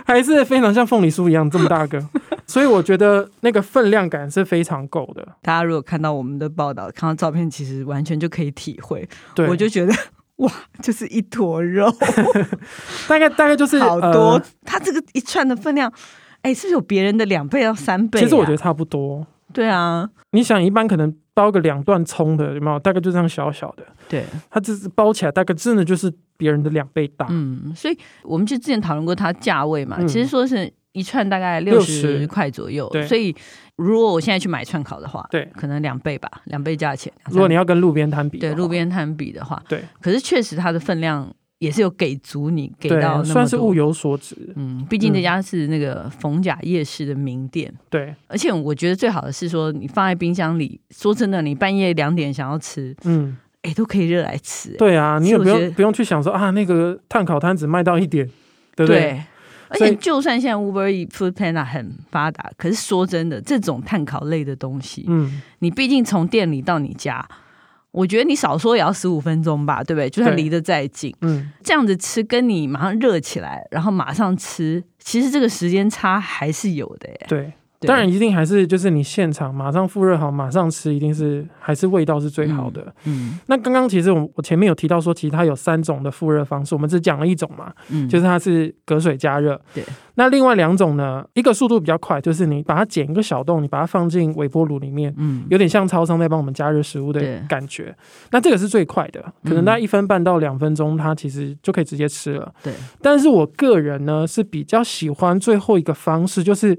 [SPEAKER 2] 还是非常像凤梨酥一样这么大个，所以我觉得那个分量感是非常够的。
[SPEAKER 1] 大家如果看到我们的报道，看到照片，其实完全就可以体会。
[SPEAKER 2] 对，
[SPEAKER 1] 我就觉得哇，就是一坨肉，
[SPEAKER 2] 大概大概就是
[SPEAKER 1] 好多。
[SPEAKER 2] 呃
[SPEAKER 1] 它这个一串的分量，哎，是不是有别人的两倍到三倍啊、
[SPEAKER 2] 其实我觉得差不多。
[SPEAKER 1] 对啊，
[SPEAKER 2] 你想，一般可能包个两段葱的，有没有？大概就这样小小的，
[SPEAKER 1] 对，
[SPEAKER 2] 它这是包起来大概真的就是别人的两倍大。
[SPEAKER 1] 嗯，所以我们就之前讨论过它价位嘛，
[SPEAKER 2] 嗯
[SPEAKER 1] 其实说是一串大概六十
[SPEAKER 2] 60
[SPEAKER 1] 块左右，
[SPEAKER 2] 对
[SPEAKER 1] 所以如果我现在去买串烤的话，
[SPEAKER 2] 对
[SPEAKER 1] 可能两倍吧，两倍价钱。
[SPEAKER 2] 如果你
[SPEAKER 1] 要
[SPEAKER 2] 要跟路边摊比的
[SPEAKER 1] 对
[SPEAKER 2] 话，
[SPEAKER 1] 路边摊比的话，
[SPEAKER 2] 对
[SPEAKER 1] 可是确实它的分量也是有给足你给到那么
[SPEAKER 2] 对，
[SPEAKER 1] 多，
[SPEAKER 2] 算是物有所值。
[SPEAKER 1] 嗯，毕竟这
[SPEAKER 2] 嗯
[SPEAKER 1] 家是那个逢甲夜市的名店，
[SPEAKER 2] 对，
[SPEAKER 1] 而且我觉得最好的是说，你放在冰箱里，说真的，你半夜两点想要吃，
[SPEAKER 2] 嗯。
[SPEAKER 1] 哎，都可以热来吃。
[SPEAKER 2] 对啊，你
[SPEAKER 1] 是
[SPEAKER 2] 也
[SPEAKER 1] 我
[SPEAKER 2] 不
[SPEAKER 1] 觉得
[SPEAKER 2] 用不用去想说啊，那个碳烤摊只卖到一点，
[SPEAKER 1] 对
[SPEAKER 2] 对不对？
[SPEAKER 1] 而
[SPEAKER 2] 所
[SPEAKER 1] 且
[SPEAKER 2] 以
[SPEAKER 1] 就算现在 Uber E Food Panda 很发达，可是说真的，这种碳烤类的东西，
[SPEAKER 2] 嗯，
[SPEAKER 1] 你毕竟从店里到你家，我觉得你少说也要十五分钟吧，对不对？就算
[SPEAKER 2] 对
[SPEAKER 1] 离得再近，
[SPEAKER 2] 嗯，
[SPEAKER 1] 这样子吃跟你马上热起来，然后马上吃，其实这个时间差还是有的耶。欸
[SPEAKER 2] 对，
[SPEAKER 1] 对
[SPEAKER 2] 当然，一定还是就是你现场马上复热好，马上吃，一定是还是味道是最好的。
[SPEAKER 1] 嗯
[SPEAKER 2] 那刚刚其实我我前面有提到说，其实它有三种的复热方式，我们只讲了一种嘛，
[SPEAKER 1] 嗯，
[SPEAKER 2] 就是它是隔水加热。
[SPEAKER 1] 对。
[SPEAKER 2] 那另外两种呢，一个速度比较快，就是你把它剪一个小洞，你把它放进微波炉里面，
[SPEAKER 1] 嗯
[SPEAKER 2] 有点像超商在帮我们加热食物
[SPEAKER 1] 对嗯
[SPEAKER 2] 的感觉。那这个是最快的，可能大概一分半到两分钟，它其实就可以直接吃了。
[SPEAKER 1] 对，
[SPEAKER 2] 但是我个人呢是比较喜欢最后一个方式，就是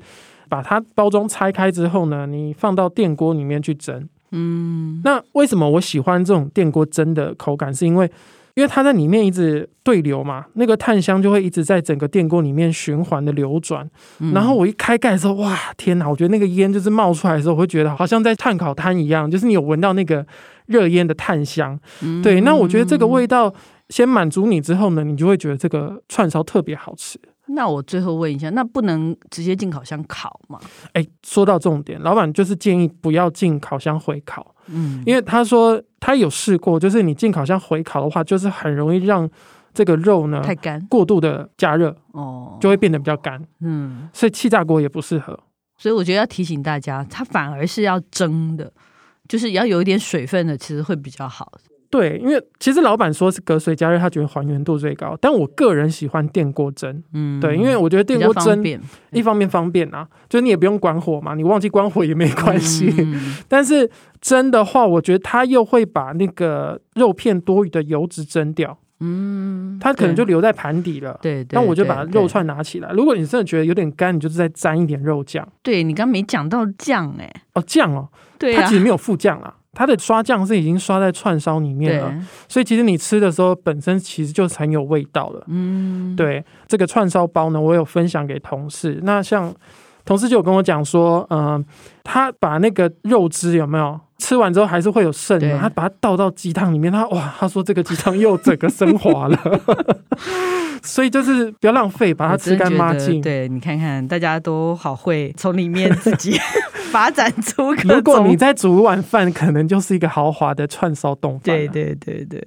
[SPEAKER 2] 把它包装拆开之后呢，你放到电锅里面去蒸。
[SPEAKER 1] 嗯
[SPEAKER 2] 那为什么我喜欢这种电锅蒸的口感？是因为因为它在里面一直对流嘛，那个炭香就会一直在整个电锅里面循环的流转。
[SPEAKER 1] 嗯
[SPEAKER 2] 然后我一开盖的时候，哇，天哪！我觉得那个烟就是冒出来的时候，我会觉得好像在炭烤摊一样，就是你有闻到那个热烟的炭香。
[SPEAKER 1] 嗯
[SPEAKER 2] 对，那我觉得这个味道先满足你之后呢，你就会觉得这个串烧特别好吃。
[SPEAKER 1] 那我最后问一下，那不能直接进烤箱烤吗？
[SPEAKER 2] 哎，说到重点，老板就是建议不要进烤箱回烤，
[SPEAKER 1] 嗯，
[SPEAKER 2] 因为他说他有试过，就是你进烤箱回烤的话，就是很容易让这个肉呢
[SPEAKER 1] 太干
[SPEAKER 2] 过度的加热，
[SPEAKER 1] 哦，
[SPEAKER 2] 就会变得比较干，
[SPEAKER 1] 嗯，
[SPEAKER 2] 所以气炸锅也不适合。
[SPEAKER 1] 所以我觉得要提醒大家，它反而是要蒸的，就是要有一点水分的，其实会比较好。
[SPEAKER 2] 对，因为其实老板说是隔水加热，他觉得还原度最高，但我个人喜欢电锅蒸。
[SPEAKER 1] 嗯，
[SPEAKER 2] 对，因为我觉得
[SPEAKER 1] 比
[SPEAKER 2] 电
[SPEAKER 1] 较
[SPEAKER 2] 锅
[SPEAKER 1] 方
[SPEAKER 2] 蒸
[SPEAKER 1] 便
[SPEAKER 2] 一方面方便啊，就是你也不用关火嘛，你忘记关火也没关系。
[SPEAKER 1] 嗯
[SPEAKER 2] 但是蒸的话，我觉得它又会把那个肉片多余的油脂蒸掉，
[SPEAKER 1] 嗯，
[SPEAKER 2] 它可能就留在盘底了。
[SPEAKER 1] 对对对，
[SPEAKER 2] 那我就把
[SPEAKER 1] 对
[SPEAKER 2] 肉串拿起来。如果你真的觉得有点干，你就是再沾一点肉酱
[SPEAKER 1] 对你刚没讲到酱哎、
[SPEAKER 2] 哦，酱哦，
[SPEAKER 1] 对
[SPEAKER 2] 它
[SPEAKER 1] 啊
[SPEAKER 2] 其，实没有附酱啦，它的刷酱是已经刷在串烧里面啊了。
[SPEAKER 1] 对，
[SPEAKER 2] 所以其实你吃的时候本身其实就很有味道了。
[SPEAKER 1] 嗯，
[SPEAKER 2] 对，这个串烧包呢，我有分享给同事。那像同事就有跟我讲说，嗯、他把那个肉汁有没有吃完之后还是会有剩
[SPEAKER 1] 对
[SPEAKER 2] 的，他把它倒到鸡汤里面，他哇，他说这个鸡汤又整个升华了。 所以就是不要浪费，把它
[SPEAKER 1] 我
[SPEAKER 2] 吃
[SPEAKER 1] 真的
[SPEAKER 2] 干
[SPEAKER 1] 觉
[SPEAKER 2] 抹
[SPEAKER 1] 得
[SPEAKER 2] 净。
[SPEAKER 1] 对你看看，大家都好会从里面自己 发展出各种。
[SPEAKER 2] 如果你再煮一碗饭，可能就是一个豪华的串烧冻饭了。
[SPEAKER 1] 对对对对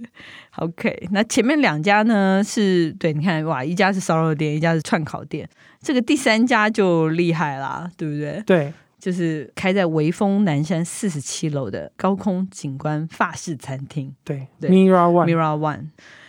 [SPEAKER 1] ，OK。那前面两家呢是对，你看哇，一家是烧肉店，一家是串烤店，这个第三家就厉害啦，对不对？
[SPEAKER 2] 对
[SPEAKER 1] 就是开在微风南山四十七楼的高空景观法式餐厅。
[SPEAKER 2] 对
[SPEAKER 1] 对
[SPEAKER 2] m i r a One，
[SPEAKER 1] Mira One。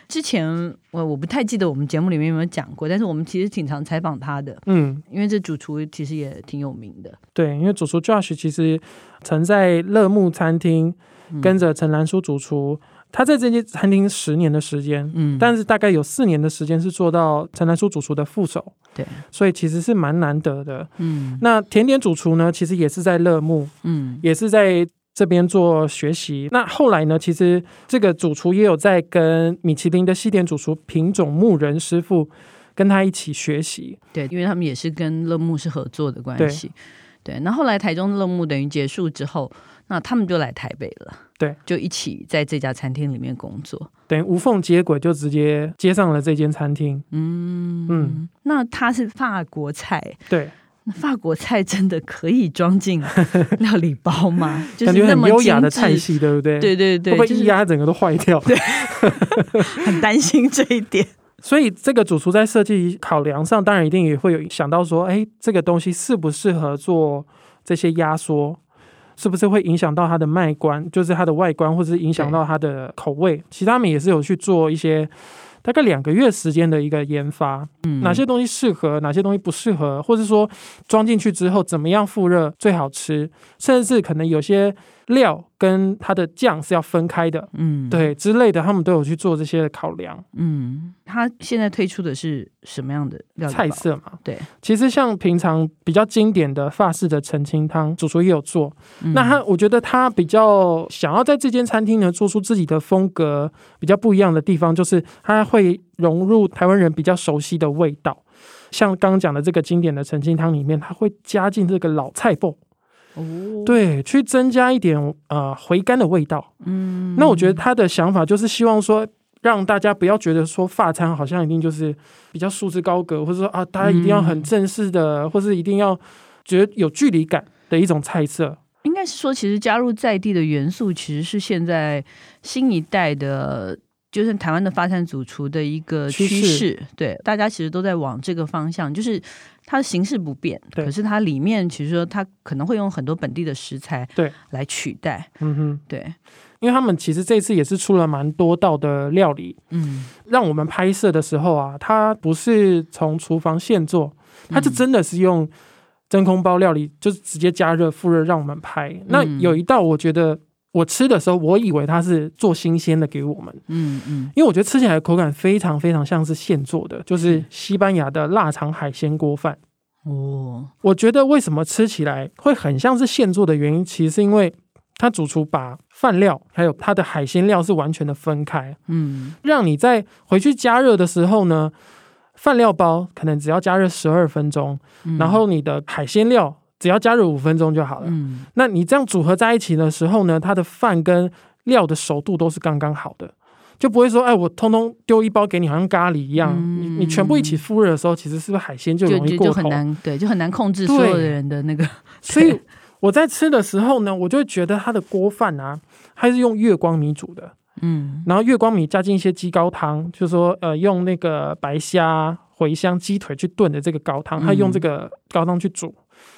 [SPEAKER 1] 之前我我不太记得我们节目里面有没有讲过，但是我们其实挺常采访他的，
[SPEAKER 2] 嗯，
[SPEAKER 1] 因为这主厨其实也挺有名的。
[SPEAKER 2] 对，因为主厨 Josh 其实曾在乐木餐厅
[SPEAKER 1] 嗯
[SPEAKER 2] 跟着陈兰书主厨，他在这间餐厅十年的时间，
[SPEAKER 1] 嗯，
[SPEAKER 2] 但是大概有四年的时间是做到陈兰书主厨的副手，
[SPEAKER 1] 对，
[SPEAKER 2] 所以其实是蛮难得的。
[SPEAKER 1] 嗯
[SPEAKER 2] 那甜点主厨呢，其实也是在乐木，
[SPEAKER 1] 嗯
[SPEAKER 2] 也是在。这边做学习，那后来呢？其实这个主厨也有在跟米其林的西点主厨品种牧人师傅跟他一起学习。
[SPEAKER 1] 对，因为他们也是跟乐木是合作的关系。对，那后来台中乐木等于结束之后，那他们就来台北了。
[SPEAKER 2] 对，
[SPEAKER 1] 就一起在这家餐厅里面工作。
[SPEAKER 2] 等于无缝接轨，就直接接上了这间餐厅。
[SPEAKER 1] 嗯
[SPEAKER 2] 嗯，
[SPEAKER 1] 那它是法国菜，
[SPEAKER 2] 对，
[SPEAKER 1] 那法国菜真的可以装进料理包吗？就
[SPEAKER 2] 感
[SPEAKER 1] 是
[SPEAKER 2] 觉
[SPEAKER 1] 那
[SPEAKER 2] 很
[SPEAKER 1] 么
[SPEAKER 2] 优雅的
[SPEAKER 1] 精致
[SPEAKER 2] 菜系，对不对？
[SPEAKER 1] 对对对，
[SPEAKER 2] 会不会
[SPEAKER 1] 就
[SPEAKER 2] 一
[SPEAKER 1] 是
[SPEAKER 2] 压整个都坏掉？对。
[SPEAKER 1] 很担心这一点。
[SPEAKER 2] 所以这个主厨在设计考量上，当然一定也会有想到说，哎，这个东西适不适合做这些压缩，是不是会影响到它的外观，就是它的外观，或是影响到它的口味。其实他们也是有去做一些。大概两个月时间的一个研发，
[SPEAKER 1] 嗯
[SPEAKER 2] 哪些东西适合，哪些东西不适合，或者说装进去之后怎么样复热最好吃，甚至是可能有些料跟它的酱是要分开的，
[SPEAKER 1] 嗯，
[SPEAKER 2] 对之类的，他们都有去做这些的考量。
[SPEAKER 1] 嗯，它现在推出的是什么样的料理
[SPEAKER 2] 菜
[SPEAKER 1] 包？
[SPEAKER 2] 色嘛，
[SPEAKER 1] 对。
[SPEAKER 2] 其实像平常比较经典的法式的澄清汤，主厨也有做。
[SPEAKER 1] 嗯
[SPEAKER 2] 那他，我觉得他比较想要在这间餐厅呢做出自己的风格，比较不一样的地方，就是他会融入台湾人比较熟悉的味道。像刚刚讲的这个经典的澄清汤里面，它会加进这个老菜脯，
[SPEAKER 1] 哦，
[SPEAKER 2] 对，去增加一点呃回甘的味道。
[SPEAKER 1] 嗯
[SPEAKER 2] 那我觉得他的想法就是希望说，让大家不要觉得说发餐好像一定就是比较束之高阁，或者说啊，大家一定要很正式的，或是一定要觉得有距离感的一种菜色。
[SPEAKER 1] 应该是说，其实加入在地的元素，其实是现在新一代的就是台湾的发散主厨的一个趋
[SPEAKER 2] 趋势
[SPEAKER 1] 势，对，大家其实都在往这个方向，就是它的形式不变，
[SPEAKER 2] 对
[SPEAKER 1] 可是它里面其实说它可能会用很多本地的食材
[SPEAKER 2] 对
[SPEAKER 1] 来取代，
[SPEAKER 2] 嗯哼，
[SPEAKER 1] 对，
[SPEAKER 2] 因为他们其实这次也是出了蛮多道的料理，
[SPEAKER 1] 嗯，
[SPEAKER 2] 让我们拍摄的时候啊，它不是从厨房现做，它就
[SPEAKER 1] 嗯
[SPEAKER 2] 真的是用真空包料理，就是直接加热复热让我们拍。那
[SPEAKER 1] 嗯
[SPEAKER 2] 有一道我觉得我吃的时候，我以为它是做新鲜的给我们，
[SPEAKER 1] 嗯嗯
[SPEAKER 2] 因为我觉得吃起来的口感非常非常像是现做的，就是
[SPEAKER 1] 嗯
[SPEAKER 2] 西班牙的腊肠海鲜锅饭。
[SPEAKER 1] 哦，
[SPEAKER 2] 我觉得为什么吃起来会很像是现做的原因，其实是因为它主厨把饭料还有它的海鲜料是完全的分开，
[SPEAKER 1] 嗯
[SPEAKER 2] 让你在回去加热的时候呢，饭料包可能只要加热十二分钟，
[SPEAKER 1] 嗯
[SPEAKER 2] 然后你的海鲜料只要加热五分钟就好了。
[SPEAKER 1] 嗯
[SPEAKER 2] 那你这样组合在一起的时候呢，它的饭跟料的熟度都是刚刚好的，就不会说，哎，我通通丢一包给你，好像咖喱一样，
[SPEAKER 1] 嗯
[SPEAKER 2] 你你全部一起复热的时候，其实是不是海鲜就
[SPEAKER 1] 就
[SPEAKER 2] 容易
[SPEAKER 1] 就
[SPEAKER 2] 过
[SPEAKER 1] 就很
[SPEAKER 2] 头？
[SPEAKER 1] 难，对，就很难控制所有的
[SPEAKER 2] 对
[SPEAKER 1] 人的那个，
[SPEAKER 2] 所以
[SPEAKER 1] 对
[SPEAKER 2] 我在吃的时候呢，我就会觉得它的锅饭啊，它是用月光米煮的，
[SPEAKER 1] 嗯
[SPEAKER 2] 然后月光米加进一些鸡高汤，就是说呃用那个白虾、茴香、鸡腿去炖的这个高汤，它
[SPEAKER 1] 嗯
[SPEAKER 2] 用这个高汤去煮，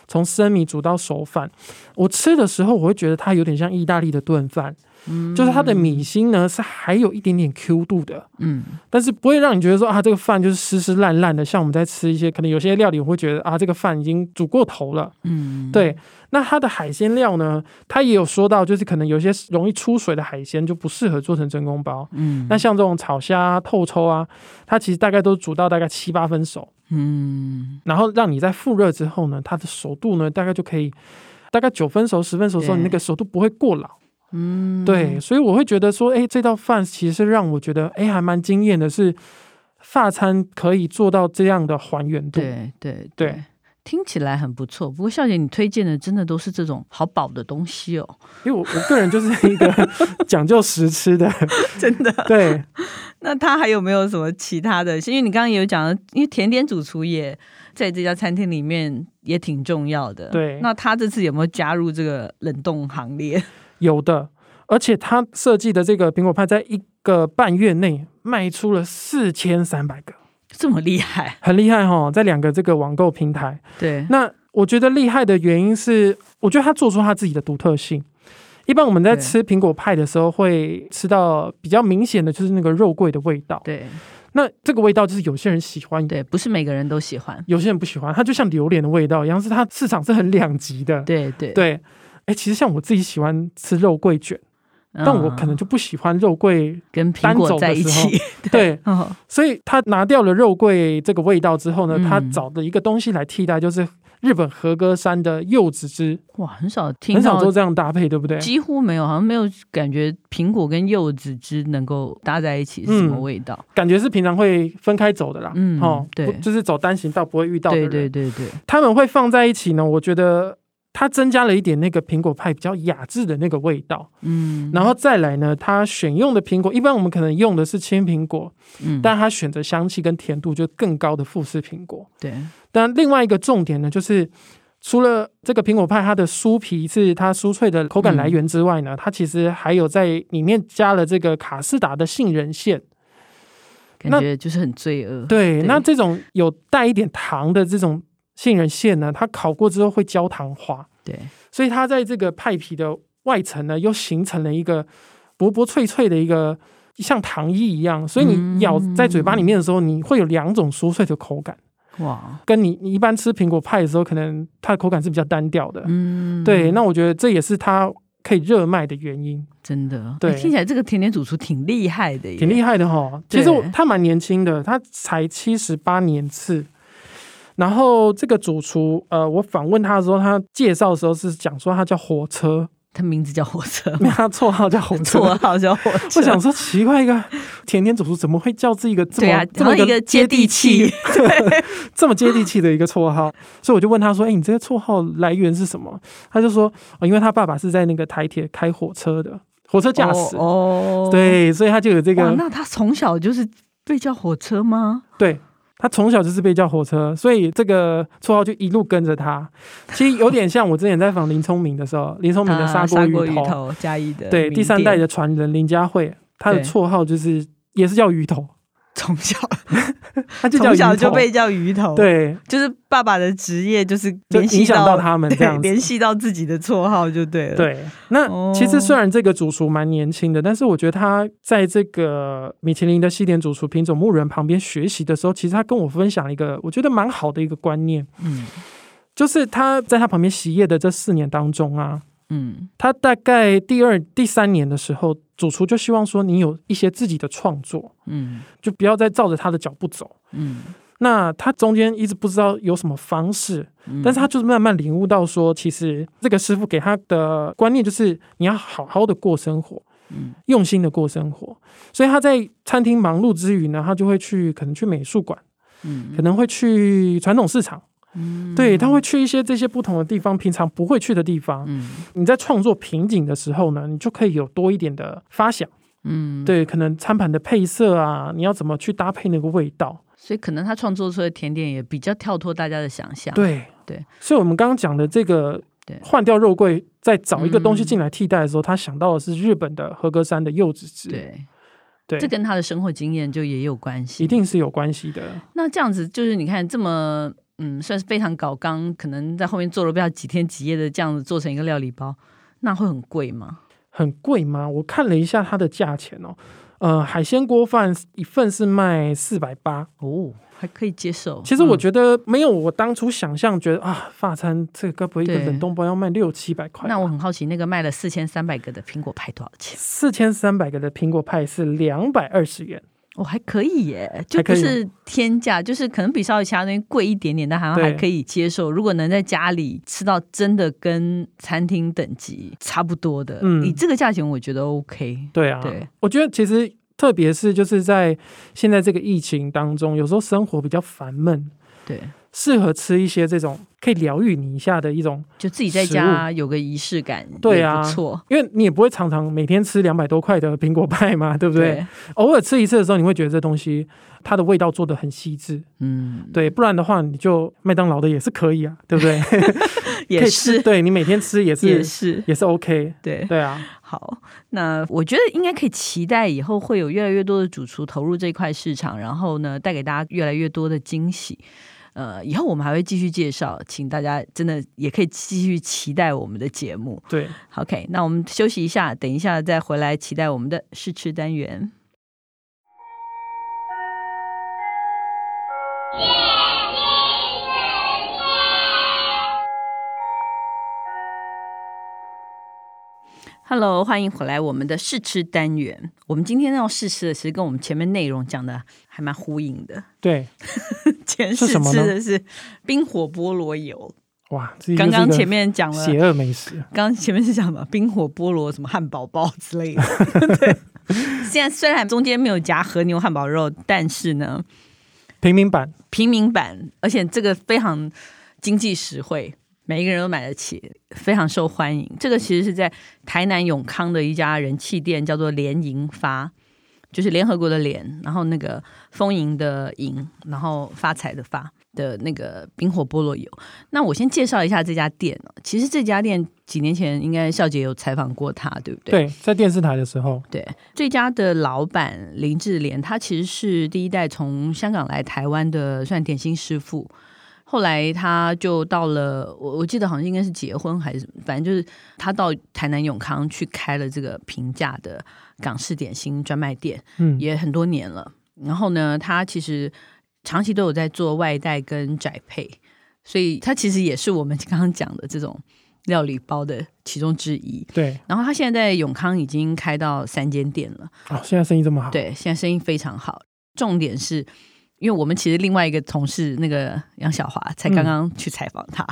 [SPEAKER 2] 从生米煮到熟饭。我吃的时候，我会觉得它有点像意大利的炖饭，
[SPEAKER 1] 嗯
[SPEAKER 2] 就是它的米心呢是还有一点点 Q 度的，
[SPEAKER 1] 嗯
[SPEAKER 2] 但是不会让你觉得说啊这个饭就是湿湿烂烂的，像我们在吃一些可能有些料理，我会觉得啊这个饭已经煮过头了。
[SPEAKER 1] 嗯，
[SPEAKER 2] 对，那它的海鲜料呢，它也有说到，就是可能有些容易出水的海鲜就不适合做成真空包。
[SPEAKER 1] 嗯，
[SPEAKER 2] 那像这种炒虾、啊、透抽啊，它其实大概都煮到大概七八分熟，
[SPEAKER 1] 嗯
[SPEAKER 2] 然后让你在复热之后呢，它的熟度呢大概就可以大概九分熟、十分熟的时候，
[SPEAKER 1] 对
[SPEAKER 2] 你那个熟度不会过老。
[SPEAKER 1] 嗯
[SPEAKER 2] 对，所以我会觉得说，哎，这道饭其实是让我觉得，哎，还蛮惊艳的是，法餐可以做到这样的还原度。
[SPEAKER 1] 对对
[SPEAKER 2] 对。
[SPEAKER 1] 听起来很不错，不过笑姐，你推荐的真的都是这种好饱的东西 哦，
[SPEAKER 2] 因为我我个人就是一个 讲究实吃的，
[SPEAKER 1] 真的。
[SPEAKER 2] 对，
[SPEAKER 1] 那他还有没有什么其他的？因为你刚刚也有讲了，因为甜点主厨也在这家餐厅里面也挺重要的。
[SPEAKER 2] 对
[SPEAKER 1] 那他这次有没有加入这个冷冻行 列？
[SPEAKER 2] 有的，而且他设计的这个苹果派在一个半月内卖出了四千三百个。
[SPEAKER 1] 这么厉害？
[SPEAKER 2] 很厉害哈，在两个这个网购平台。
[SPEAKER 1] 对，
[SPEAKER 2] 那我觉得厉害的原因是，我觉得他做出他自己的独特性。一般我们在
[SPEAKER 1] 对
[SPEAKER 2] 吃苹果派的时候，会吃到比较明显的就是那个肉桂的味道。
[SPEAKER 1] 对
[SPEAKER 2] 那这个味道就是有些人喜欢，
[SPEAKER 1] 对，不是每个人都喜欢。
[SPEAKER 2] 有些人不喜欢。它就像榴莲的味道一样，是它市场是很两极的。
[SPEAKER 1] 对对，
[SPEAKER 2] 对，哎，其实像我自己喜欢吃肉桂卷，
[SPEAKER 1] 嗯
[SPEAKER 2] 但我可能就不喜欢肉桂。
[SPEAKER 1] 跟苹
[SPEAKER 2] 单走
[SPEAKER 1] 果
[SPEAKER 2] 的
[SPEAKER 1] 在一
[SPEAKER 2] 时候
[SPEAKER 1] 起。
[SPEAKER 2] 对，
[SPEAKER 1] 哦，
[SPEAKER 2] 所以他拿掉了肉桂这个味道之后呢，
[SPEAKER 1] 嗯
[SPEAKER 2] 他找的一个东西来替代，就是日本和歌山的柚子汁，
[SPEAKER 1] 哇，很少听
[SPEAKER 2] 很少
[SPEAKER 1] 到
[SPEAKER 2] 做这样搭配，对不对？
[SPEAKER 1] 几乎没有，好像没有感觉苹果跟柚子汁能够搭在一起是什么
[SPEAKER 2] 嗯
[SPEAKER 1] 味道。
[SPEAKER 2] 感觉是平常会分开走的啦，
[SPEAKER 1] 嗯
[SPEAKER 2] 哦，
[SPEAKER 1] 对
[SPEAKER 2] 不就是走单行道不会遇到的
[SPEAKER 1] 对
[SPEAKER 2] 人，
[SPEAKER 1] 对对对，
[SPEAKER 2] 他们会放在一起呢。我觉得它增加了一点那个苹果派比较雅致的那个味道，
[SPEAKER 1] 嗯，
[SPEAKER 2] 然后再来呢，它选用的苹果，一般我们可能用的是青苹果，
[SPEAKER 1] 嗯，
[SPEAKER 2] 但它选择香气跟甜度就更高的富士苹果。
[SPEAKER 1] 对，
[SPEAKER 2] 但另外一个重点呢，就是除了这个苹果派它的酥皮是它酥脆的口感来源之外呢，它其实还有在里面加了这个卡士达的杏仁馅。
[SPEAKER 1] 感
[SPEAKER 2] 那
[SPEAKER 1] 觉就是很罪恶。
[SPEAKER 2] 对，
[SPEAKER 1] 对
[SPEAKER 2] 那这种有带一点糖的这种杏仁馅呢，它烤过之后会焦糖化，
[SPEAKER 1] 对，
[SPEAKER 2] 所以它在这个派皮的外层呢，又形成了一个薄薄脆脆的一个。像糖衣一样，所以
[SPEAKER 1] 嗯
[SPEAKER 2] 你咬在嘴巴里面的时候，你会有两种酥脆的口感，
[SPEAKER 1] 哇，
[SPEAKER 2] 跟你你一般吃苹果派的时候，可能它的口感是比较单调的。
[SPEAKER 1] 嗯，
[SPEAKER 2] 对，那我觉得这也是它可以热卖的原因，
[SPEAKER 1] 真的，
[SPEAKER 2] 对
[SPEAKER 1] 哎听起来这个甜点主厨挺厉害的，
[SPEAKER 2] 挺厉
[SPEAKER 1] 害。
[SPEAKER 2] 害的哈。
[SPEAKER 1] 对
[SPEAKER 2] 其实我他蛮年轻的，他才七十八年次。然后这个主厨，呃，我访问他的时候，他介绍的时候是讲说他叫火车，
[SPEAKER 1] 他名字叫火车，
[SPEAKER 2] 因为他绰号叫火
[SPEAKER 1] 绰
[SPEAKER 2] 车。
[SPEAKER 1] 号叫火车。
[SPEAKER 2] 我想说奇怪，一个甜甜主厨怎么会叫自己一个这
[SPEAKER 1] 对
[SPEAKER 2] 么、
[SPEAKER 1] 啊，然
[SPEAKER 2] 这
[SPEAKER 1] 后
[SPEAKER 2] 么
[SPEAKER 1] 一个接地气，
[SPEAKER 2] 这么接地气的一个绰号，所以我就问他说：“哎、你这个绰号来源是什么？”他就说：“哦，因为他爸爸是在那个台铁开火车的火车驾驶，
[SPEAKER 1] 哦，哦，
[SPEAKER 2] 对，所以他就有这
[SPEAKER 1] 哇，
[SPEAKER 2] 个
[SPEAKER 1] 那他从小就是被叫火车吗？
[SPEAKER 2] 对。他从小就是被叫火车，所以这个绰号就一路跟 着他。其实有点像我之前在访林聪明的时候，林聪明的
[SPEAKER 1] 啊
[SPEAKER 2] 砂锅
[SPEAKER 1] 砂锅
[SPEAKER 2] 鱼
[SPEAKER 1] 鱼
[SPEAKER 2] 头，
[SPEAKER 1] 头，嘉义的
[SPEAKER 2] 对
[SPEAKER 1] 名
[SPEAKER 2] 第三代
[SPEAKER 1] 店
[SPEAKER 2] 的传人林佳慧，他的
[SPEAKER 1] 对
[SPEAKER 2] 绰号就是也是叫鱼头，
[SPEAKER 3] 从小
[SPEAKER 2] 他就叫
[SPEAKER 3] 从
[SPEAKER 2] 鱼
[SPEAKER 3] 小
[SPEAKER 2] 头
[SPEAKER 3] 就被叫鱼头，，
[SPEAKER 2] 对，
[SPEAKER 3] 就是爸爸的职业就是
[SPEAKER 2] 就
[SPEAKER 3] 联系
[SPEAKER 2] 影响到他们这
[SPEAKER 3] 对，
[SPEAKER 2] 样子。
[SPEAKER 3] 联系到自己的绰号就对了。，
[SPEAKER 2] 对，那其
[SPEAKER 3] 哦
[SPEAKER 2] 实虽然这个主厨蛮年轻的，但是我觉得他在这个米其林的西点主厨品种牧人旁边学习的时候，其实他跟我分享了一个我觉得蛮好的一个观念，
[SPEAKER 3] 嗯
[SPEAKER 2] 就是他在他旁边习业的这四年当中啊，
[SPEAKER 3] 嗯
[SPEAKER 2] 他大概第二、第三年的时候，主厨就希望说你有一些自己的创作，
[SPEAKER 3] 嗯
[SPEAKER 2] 就不要再照着他的脚步走。
[SPEAKER 3] 嗯，
[SPEAKER 2] 那他中间一直不知道有什么方式，
[SPEAKER 3] 嗯
[SPEAKER 2] 但是他就是慢慢领悟到说，其实这个师傅给他的观念就是你要好好的过生活，
[SPEAKER 3] 嗯
[SPEAKER 2] 用心的过生活。所以他在餐厅忙碌之余呢，他就会去可能去美术馆，
[SPEAKER 3] 嗯
[SPEAKER 2] 可能会去传统市场，
[SPEAKER 3] 嗯
[SPEAKER 2] 对，他会去一些这些不同的地方，平常不会去的地方。
[SPEAKER 3] 嗯
[SPEAKER 2] 你在创作瓶颈的时候呢，你就可以有多一点的发想，
[SPEAKER 3] 嗯，
[SPEAKER 2] 对，可能餐盘的配色啊，你要怎么去搭配那个味道，
[SPEAKER 1] 所以可能他创作出的甜点也比较跳脱大家的想象。，
[SPEAKER 2] 对
[SPEAKER 1] 啊对。
[SPEAKER 2] 所以我们刚刚讲的这个
[SPEAKER 1] 对
[SPEAKER 2] 换掉肉桂，再找一个东西进来替代的时候，他想到的是日本的和歌山的柚子汁，
[SPEAKER 1] 对，
[SPEAKER 2] 对，
[SPEAKER 1] 这跟他的生活经验就也有关系。
[SPEAKER 2] 一定是有关系的。
[SPEAKER 1] 那这样子就是你看这么嗯，算是非常搞刚，可能在后面做了不要几天几夜的这样子做成一个料理包，那会很贵吗？
[SPEAKER 2] 很贵吗？我看了一下它的价钱哦，呃，海鲜锅饭一份是卖四百八，
[SPEAKER 1] 哦，还可以接受。
[SPEAKER 2] 其实我
[SPEAKER 1] 嗯
[SPEAKER 2] 觉得没有我当初想象，觉得啊，法餐这个该不会一个
[SPEAKER 1] 对
[SPEAKER 2] 冷冻包要卖六七百块吧？
[SPEAKER 1] 那我很好奇，那个卖了四千三百个的苹果派多少钱？
[SPEAKER 2] 四千三百个的苹果派是两百二十元，
[SPEAKER 1] 哦，还可以耶，就
[SPEAKER 2] 还
[SPEAKER 1] 不
[SPEAKER 2] 可以
[SPEAKER 1] 是天价，就是可能比烧烤其他东西贵一点点，但好像
[SPEAKER 2] 对
[SPEAKER 1] 还可以接受。如果能在家里吃到真的跟餐厅等级差不多的，
[SPEAKER 2] 嗯
[SPEAKER 1] 以这个价钱我觉得 OK。
[SPEAKER 2] 对啊，
[SPEAKER 1] 对
[SPEAKER 2] 我觉得其实特别是就是在现在这个疫情当中，有时候生活比较烦闷，
[SPEAKER 1] 对，
[SPEAKER 2] 适合吃一些这种可以疗愈你一下的一种，
[SPEAKER 1] 就自己在家有个仪式感，
[SPEAKER 2] 对啊
[SPEAKER 1] 也不错，
[SPEAKER 2] 因为你也不会常常每天吃两百多块的苹果派嘛， 对不对？
[SPEAKER 1] 对，
[SPEAKER 2] 偶尔吃一次的时候，你会觉得这东西它的味道做的很细致，
[SPEAKER 1] 嗯，
[SPEAKER 2] 对，不然的话你就麦当劳的也是可以啊，对 不对？
[SPEAKER 1] 也
[SPEAKER 2] 可以吃
[SPEAKER 1] 是，
[SPEAKER 2] 对你每天吃也是
[SPEAKER 1] 也是，
[SPEAKER 2] 也是 OK，
[SPEAKER 1] 对，
[SPEAKER 2] 对啊，
[SPEAKER 1] 好，那我觉得应该可以期待以后会有越来越多的主厨投入这块市场，然后呢，带给大家越来越多的惊喜。呃，以后我们还会继续介绍，请大家真的也可以继续期待我们的节目。
[SPEAKER 2] 对。
[SPEAKER 1] OK，那我们休息一下，等一下再回来期待我们的试吃单元。Hello，欢迎回来我们的试吃单元。我们今天要试吃的，其实跟我们前面内容讲的还蛮呼应的。
[SPEAKER 2] 对，
[SPEAKER 1] 前
[SPEAKER 2] 是
[SPEAKER 1] 试
[SPEAKER 2] 什么
[SPEAKER 1] 吃
[SPEAKER 2] 呢
[SPEAKER 1] 的是冰火菠萝油，
[SPEAKER 2] 哇，这
[SPEAKER 1] 刚刚前
[SPEAKER 2] 面
[SPEAKER 1] 面讲了
[SPEAKER 2] 邪恶美食，
[SPEAKER 1] 刚刚前面是讲什么冰火菠萝、什么汉堡包之类的。 对，现在虽然中间没有夹和牛汉堡肉，但是呢，
[SPEAKER 2] 平民版
[SPEAKER 1] 平民版，而且这个非常经济实惠，每一个人都买得起，非常受欢迎。这个其实是在台南永康的一家人气店，叫做联营发，就是联合国的联，然后那个丰盈的盈，然后发财的发的那个冰火菠萝油。那我先介绍一下这家店哦，其实这家店几年前应该笑姐有采访过他，对不对？
[SPEAKER 2] 对，在电视台的时候，
[SPEAKER 1] 对，这家的老板林志莲，他其实是第一代从香港来台湾的，算点心师傅。后来他就到了，我我记得好像应该是结婚还是什么，反正就是他到台南永康去开了这个平价的港式点心专卖店。
[SPEAKER 2] 嗯，
[SPEAKER 1] 也很多年了。然后呢，他其实长期都有在做外带跟宅配，所以他其实也是我们刚刚讲的这种料理包的其中之一。
[SPEAKER 2] 对，
[SPEAKER 1] 然后他现在在永康已经开到三间店了，
[SPEAKER 2] 哦，现在生意这么好，
[SPEAKER 1] 对，现在生意非常好。重点是，因为我们其实另外一个同事那个杨小华才刚刚去采访他，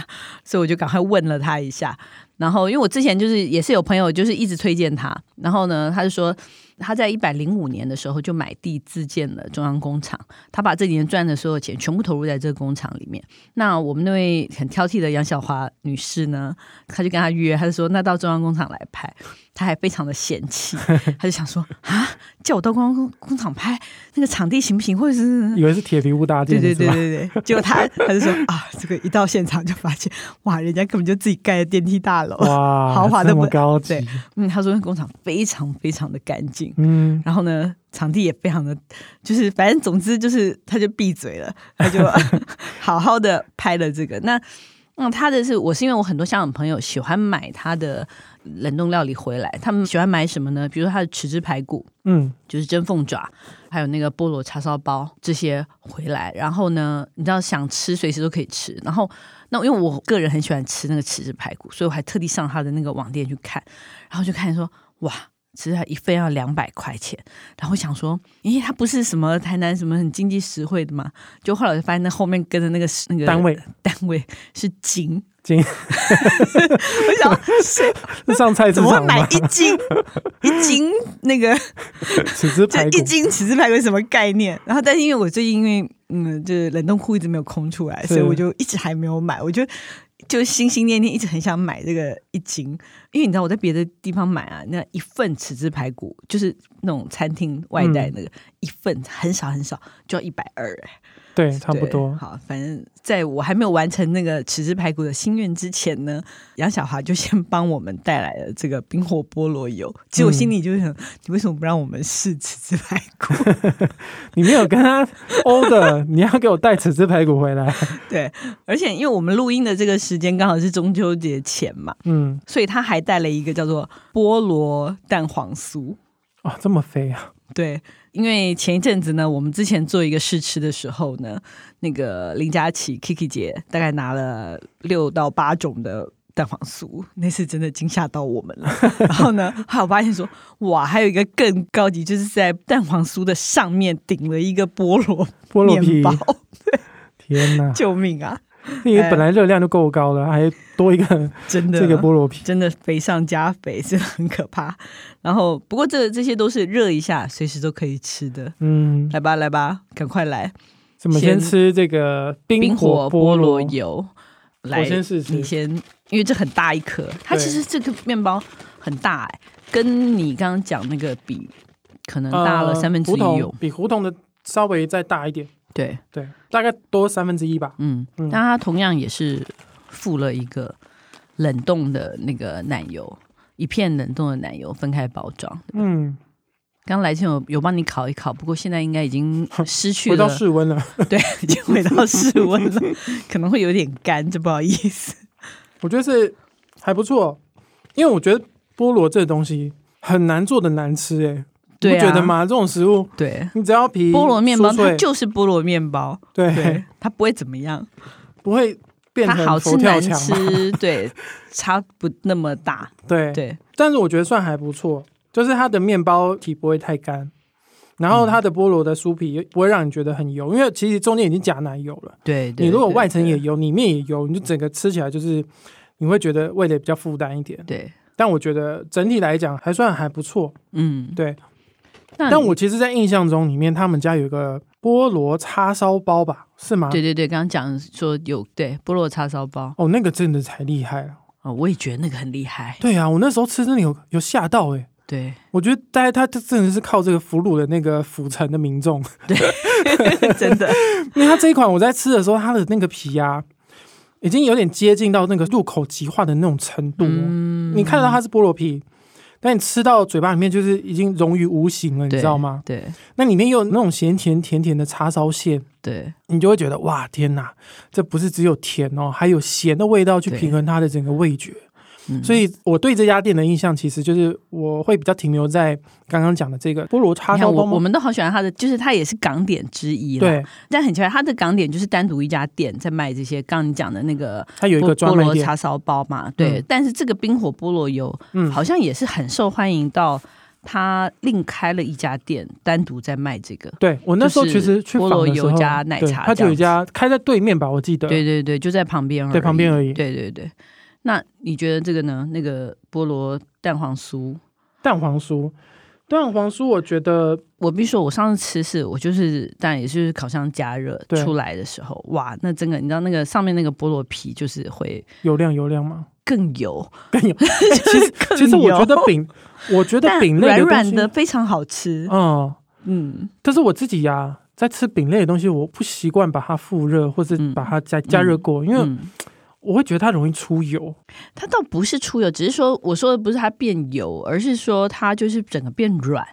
[SPEAKER 1] 所以我就赶快问了他一下。然后，因为我之前就是也是有朋友就是一直推荐他，然后呢，他就说他在一百零五年的时候就买地自建了中央工厂，他把这几年赚的所有钱全部投入在这个工厂里面。那我们那位很挑剔的杨小华女士呢，她就跟他约，她就说那到中央工厂来拍，她还非常的嫌 弃，她就想说啊，叫我到工工工厂拍，那个场地行不行，或者是
[SPEAKER 2] 以为是铁皮屋搭
[SPEAKER 1] 对
[SPEAKER 2] 建的
[SPEAKER 1] 对
[SPEAKER 2] 是吧，
[SPEAKER 1] 对对对，结果他他就说啊，这个一到现场就发现，哇，人家根本就自己盖的电梯大楼。
[SPEAKER 2] 哇，
[SPEAKER 1] 豪华的
[SPEAKER 2] 这
[SPEAKER 1] 不
[SPEAKER 2] 么高级
[SPEAKER 1] 对，嗯，他说那工厂非常非常的干净，
[SPEAKER 2] 嗯，
[SPEAKER 1] 然后呢，场地也非常的，就是反正总之就是，他就闭嘴了，他就 好好的拍了这个。那那他的是，我是因为我很多香港朋友喜欢买他的冷冻料理回来，他们喜欢买什么呢？比如说他的豉汁排骨，
[SPEAKER 2] 嗯，
[SPEAKER 1] 就是蒸凤爪，还有那个菠萝叉烧包这些回来，然后呢，你知道想吃随时都可以吃。然后那因为我个人很喜欢吃那个豉汁排骨，所以我还特地上他的那个网店去看，然后就看说哇，其实它一份要两百块钱，然后我想说，咦，它不是什么台南什么很经济实惠的吗？就后来我就发现那后面跟着那个那个
[SPEAKER 2] 单位
[SPEAKER 1] 单位是斤，
[SPEAKER 2] 斤
[SPEAKER 1] 我想说谁
[SPEAKER 2] 是上菜市
[SPEAKER 1] 怎么会
[SPEAKER 2] 场
[SPEAKER 1] 买
[SPEAKER 2] 吗？
[SPEAKER 1] 一斤一斤那个？
[SPEAKER 2] 此
[SPEAKER 1] 这
[SPEAKER 2] 之排骨
[SPEAKER 1] 一斤豉汁排骨是什么概念？然后，但是因为我最近因为嗯，就是冷冻库一直没有空出来，
[SPEAKER 2] 是
[SPEAKER 1] 所以我就一直还没有买。我就就心心念念一直很想买这个一斤，因为你知道我在别的地方买啊，那一份豉汁排骨就是那种餐厅外
[SPEAKER 2] 嗯
[SPEAKER 1] 带那个、一份很少很少，就要一百二，哎
[SPEAKER 2] 对，差不
[SPEAKER 1] 对
[SPEAKER 2] 多。
[SPEAKER 1] 好，反正在我还没有完成那个豉汁排骨的心愿之前呢，杨小华就先帮我们带来了这个冰火菠萝油。其实我心里就想， 你为什么不让我们试豉汁排骨？
[SPEAKER 2] 你没有跟他 order，你要给我带此之排骨回来。
[SPEAKER 1] 对，而且因为我们录音的这个时间刚好是中秋节前嘛，
[SPEAKER 2] 嗯，
[SPEAKER 1] 所以他还带了一个叫做菠萝蛋黄酥。
[SPEAKER 2] 哦，这么肥啊！
[SPEAKER 1] 对，因为前一阵子呢，我们之前做一个试吃的时候呢，那个林佳琪 Kiki 姐大概拿了六到八种的蛋黄酥，那次真的惊吓到我们 了。然后呢，还有发现说，哇，还有一个更高级，就是在蛋黄酥的上面顶了一个菠萝
[SPEAKER 2] 菠萝皮
[SPEAKER 1] 面，包，
[SPEAKER 2] 天哪！
[SPEAKER 1] 救命啊！
[SPEAKER 2] 你本来热量就够高了，还多一个
[SPEAKER 1] 真的，
[SPEAKER 2] 这个菠萝皮。
[SPEAKER 1] 真的肥上加肥，真的很可怕。然后，不过这这些都是热一下，随时都可以吃的。
[SPEAKER 2] 嗯，
[SPEAKER 1] 来吧，来吧，赶快来
[SPEAKER 2] 怎么
[SPEAKER 1] 先
[SPEAKER 2] 先吃这个
[SPEAKER 1] 冰
[SPEAKER 2] 冰
[SPEAKER 1] 火
[SPEAKER 2] 火
[SPEAKER 1] 菠
[SPEAKER 2] 菠
[SPEAKER 1] 萝
[SPEAKER 2] 萝？
[SPEAKER 1] 油。来，
[SPEAKER 2] 我先试试
[SPEAKER 1] 你先，因为这很大一颗，它
[SPEAKER 2] 对
[SPEAKER 1] 其实这个面包很大哎、跟你刚刚讲那个比，可能大了
[SPEAKER 2] 呃
[SPEAKER 1] 三分之一
[SPEAKER 2] 胡同
[SPEAKER 1] 有。
[SPEAKER 2] 比胡同的稍微再大一点，
[SPEAKER 1] 对，
[SPEAKER 2] 对，大概多三分之一吧。
[SPEAKER 1] 嗯，
[SPEAKER 2] 嗯
[SPEAKER 1] 但它同样也是附了一个冷冻的那个奶油，一片冷冻的奶油分开包装。
[SPEAKER 2] 嗯，
[SPEAKER 1] 刚来前有有帮你烤一烤，不过现在应该已经失去
[SPEAKER 2] 回
[SPEAKER 1] 了，
[SPEAKER 2] 到室温了。
[SPEAKER 1] 对，已经回到室温了，可能会有点干，这不好意思。
[SPEAKER 2] 我觉得是还不错，因为我觉得菠萝这东西很难做的难吃、欸，你
[SPEAKER 1] 对、
[SPEAKER 2] 不
[SPEAKER 1] 啊，
[SPEAKER 2] 觉得？吗？这种食物，
[SPEAKER 1] 对，
[SPEAKER 2] 你只要皮
[SPEAKER 1] 菠萝面包
[SPEAKER 2] 酥脆
[SPEAKER 1] 它就是菠萝面包，
[SPEAKER 2] 对
[SPEAKER 1] 对，它不会怎么样，
[SPEAKER 2] 不会哎变
[SPEAKER 1] 它好
[SPEAKER 2] 成
[SPEAKER 1] 吃
[SPEAKER 2] 佛跳
[SPEAKER 1] 难
[SPEAKER 2] 墙哎嘛？
[SPEAKER 1] 吃，对，差不那么大，
[SPEAKER 2] 对，
[SPEAKER 1] 对，
[SPEAKER 2] 但是我觉得算还不错，就是它的面包体不会太干，
[SPEAKER 1] 嗯
[SPEAKER 2] 然后它的菠萝的酥皮也不会让你觉得很油，因为其实中间已经夹奶油了。
[SPEAKER 1] 对，对
[SPEAKER 2] 你如果
[SPEAKER 1] 对
[SPEAKER 2] 外层也油，里面也油，你就整个吃起来就是你会觉得味蕾比较负担一点。
[SPEAKER 1] 对，
[SPEAKER 2] 但我觉得整体来讲还算还不错，
[SPEAKER 1] 嗯，
[SPEAKER 2] 对。
[SPEAKER 1] 那
[SPEAKER 2] 但我其实，在印象中里面，他们家有一个菠萝叉烧包吧，是吗？
[SPEAKER 1] 对对对，刚刚讲说有对菠萝叉烧包，
[SPEAKER 2] 哦，那个真的才厉害啊！
[SPEAKER 1] 哦，我也觉得那个很厉害，
[SPEAKER 2] 对啊，我那时候吃真的有有吓到哎、
[SPEAKER 1] 对，
[SPEAKER 2] 我觉得大家他真的是靠这个俘虏的那个府城的民众，
[SPEAKER 1] 真的，
[SPEAKER 2] 因为它这一款我在吃的时候，它的那个皮啊，已经有点接近到那个入口即化的那种程度哦。
[SPEAKER 1] 嗯
[SPEAKER 2] 你看到它是菠萝皮，但你吃到嘴巴里面就是已经溶于无形了，你
[SPEAKER 1] 对
[SPEAKER 2] 知道吗？
[SPEAKER 1] 对
[SPEAKER 2] 那里面又有那种咸甜甜甜的叉烧馅，
[SPEAKER 1] 对
[SPEAKER 2] 你就会觉得哇，天哪，这不是只有甜哦，还有咸的味道去
[SPEAKER 1] 对
[SPEAKER 2] 平衡它的整个味觉。
[SPEAKER 1] 嗯
[SPEAKER 2] 所以我对这家店的印象，其实就是我会比较停留在刚刚讲的这个菠萝叉
[SPEAKER 1] 你看
[SPEAKER 2] 烧
[SPEAKER 1] 我
[SPEAKER 2] 包
[SPEAKER 1] 我
[SPEAKER 2] 吗。
[SPEAKER 1] 们都好喜欢它的，就是它也是港点之一啦。
[SPEAKER 2] 对，
[SPEAKER 1] 但很奇怪，它的港点就是单独一家店在卖这些，刚刚你讲的那个
[SPEAKER 2] 它有一
[SPEAKER 1] 菠
[SPEAKER 2] 个
[SPEAKER 1] 菠
[SPEAKER 2] 专卖
[SPEAKER 1] 萝
[SPEAKER 2] 店，
[SPEAKER 1] 叉烧包嘛，对。
[SPEAKER 2] 嗯
[SPEAKER 1] 但是这个冰火菠萝油
[SPEAKER 2] 嗯，
[SPEAKER 1] 好像也是很受欢迎，到它另开了一家店，单独在卖这个。
[SPEAKER 2] 对我那时候
[SPEAKER 1] 就
[SPEAKER 2] 其
[SPEAKER 1] 是
[SPEAKER 2] 实去
[SPEAKER 1] 菠
[SPEAKER 2] 访
[SPEAKER 1] 萝
[SPEAKER 2] 的时
[SPEAKER 1] 油
[SPEAKER 2] 候，
[SPEAKER 1] 加奶
[SPEAKER 2] 对
[SPEAKER 1] 茶
[SPEAKER 2] 它
[SPEAKER 1] 这
[SPEAKER 2] 就有
[SPEAKER 1] 样
[SPEAKER 2] 一家开在对面吧，我记得。
[SPEAKER 1] 对对对，就在旁边而已。
[SPEAKER 2] 对旁边而已
[SPEAKER 1] 对对对。那你觉得这个呢？那个菠萝蛋黄酥，
[SPEAKER 2] 蛋黄酥，蛋黄酥，我觉得
[SPEAKER 1] 我必须说，我上次吃是我就是，但也是烤箱加热
[SPEAKER 2] 对
[SPEAKER 1] 出来的时候，哇，那真的，你知道那个上面那个菠萝皮就是会
[SPEAKER 2] 油亮油亮嘛。
[SPEAKER 1] 更油，
[SPEAKER 2] 更有，
[SPEAKER 1] 就是更
[SPEAKER 2] 其实我
[SPEAKER 1] 油
[SPEAKER 2] 觉得 饼，我觉得
[SPEAKER 1] 但
[SPEAKER 2] 饼类
[SPEAKER 1] 软
[SPEAKER 2] 的东
[SPEAKER 1] 软
[SPEAKER 2] 西，
[SPEAKER 1] 的非常好吃，
[SPEAKER 2] 嗯，
[SPEAKER 1] 嗯，
[SPEAKER 2] 但是我自己呀、在吃饼类的东西，我不习惯把它复热或是
[SPEAKER 1] 嗯
[SPEAKER 2] 把它加加热过，因为
[SPEAKER 1] 嗯
[SPEAKER 2] 我会觉得它容易出油。
[SPEAKER 1] 它倒不是出油，只是说我说的不是它变油，而是说它就是整个变软，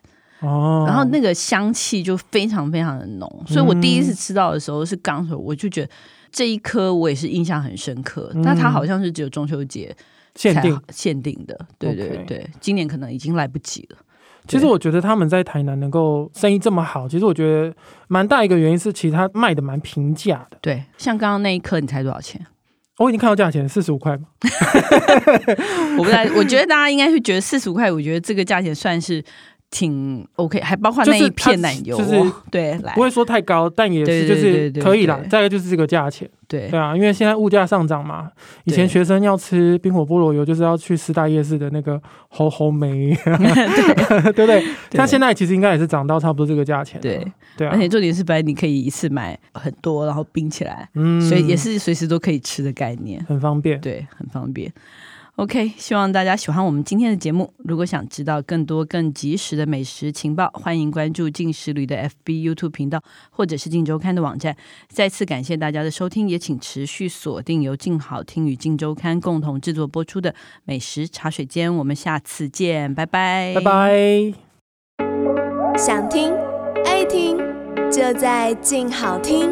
[SPEAKER 2] 哦，
[SPEAKER 1] 然后那个香气就非常非常的浓。所以我第一
[SPEAKER 2] 嗯
[SPEAKER 1] 次吃到的时候是刚时候，我就觉得这一颗我也是印象很深刻。
[SPEAKER 2] 嗯
[SPEAKER 1] 那它好像是只有中秋节
[SPEAKER 2] 限定
[SPEAKER 1] 才限定的，对对
[SPEAKER 2] OK
[SPEAKER 1] 对今年可能已经来不及了。
[SPEAKER 2] 其实我觉得他们在台南能够生意这么好，其实我觉得蛮大一个原因是，其实它卖的蛮平价的。
[SPEAKER 1] 对，像刚刚那一颗，你猜多少钱？
[SPEAKER 2] 我已经看到价钱四十五块嘛，
[SPEAKER 1] 我不 太，我觉得大家应该会觉得四十五块，我觉得这个价钱算是挺 OK，还包括
[SPEAKER 2] 就
[SPEAKER 1] 那
[SPEAKER 2] 是
[SPEAKER 1] 一
[SPEAKER 2] 它
[SPEAKER 1] 片奶油，哦
[SPEAKER 2] 就是
[SPEAKER 1] 对，来
[SPEAKER 2] 不，会说太高，但也是
[SPEAKER 1] 对
[SPEAKER 2] 就
[SPEAKER 1] 对
[SPEAKER 2] 是
[SPEAKER 1] 对对
[SPEAKER 2] 可以啦。
[SPEAKER 1] 对
[SPEAKER 2] 大概就是这个价钱，
[SPEAKER 1] 对
[SPEAKER 2] 对啊，因为现在物价上涨嘛，以
[SPEAKER 1] 对
[SPEAKER 2] 前学生要吃冰火菠萝油，就是要去师大夜市的那个猴猴梅， 对不对？它现在其实应该也是涨到差不多这个价钱 了，
[SPEAKER 1] 对，
[SPEAKER 2] 对啊
[SPEAKER 1] 而，且重点是，本来你可以一次买很多，然后冰起来，
[SPEAKER 2] 嗯
[SPEAKER 1] 所以也是随时都可以吃的概念，
[SPEAKER 2] 很方便。
[SPEAKER 1] 对，很方便。OK，希望大家喜欢我们今天的节目。如果想知道更多更及时的美食情报，欢迎关注进食旅的 FB、YouTube 频道，或者是静周刊的网站。再次感谢大家的收听，也请持续锁定由静好听与静周刊共同制作播出的美食茶水间。我们下次见，拜拜，
[SPEAKER 2] 拜。拜。
[SPEAKER 4] 想听爱听，就在静好听。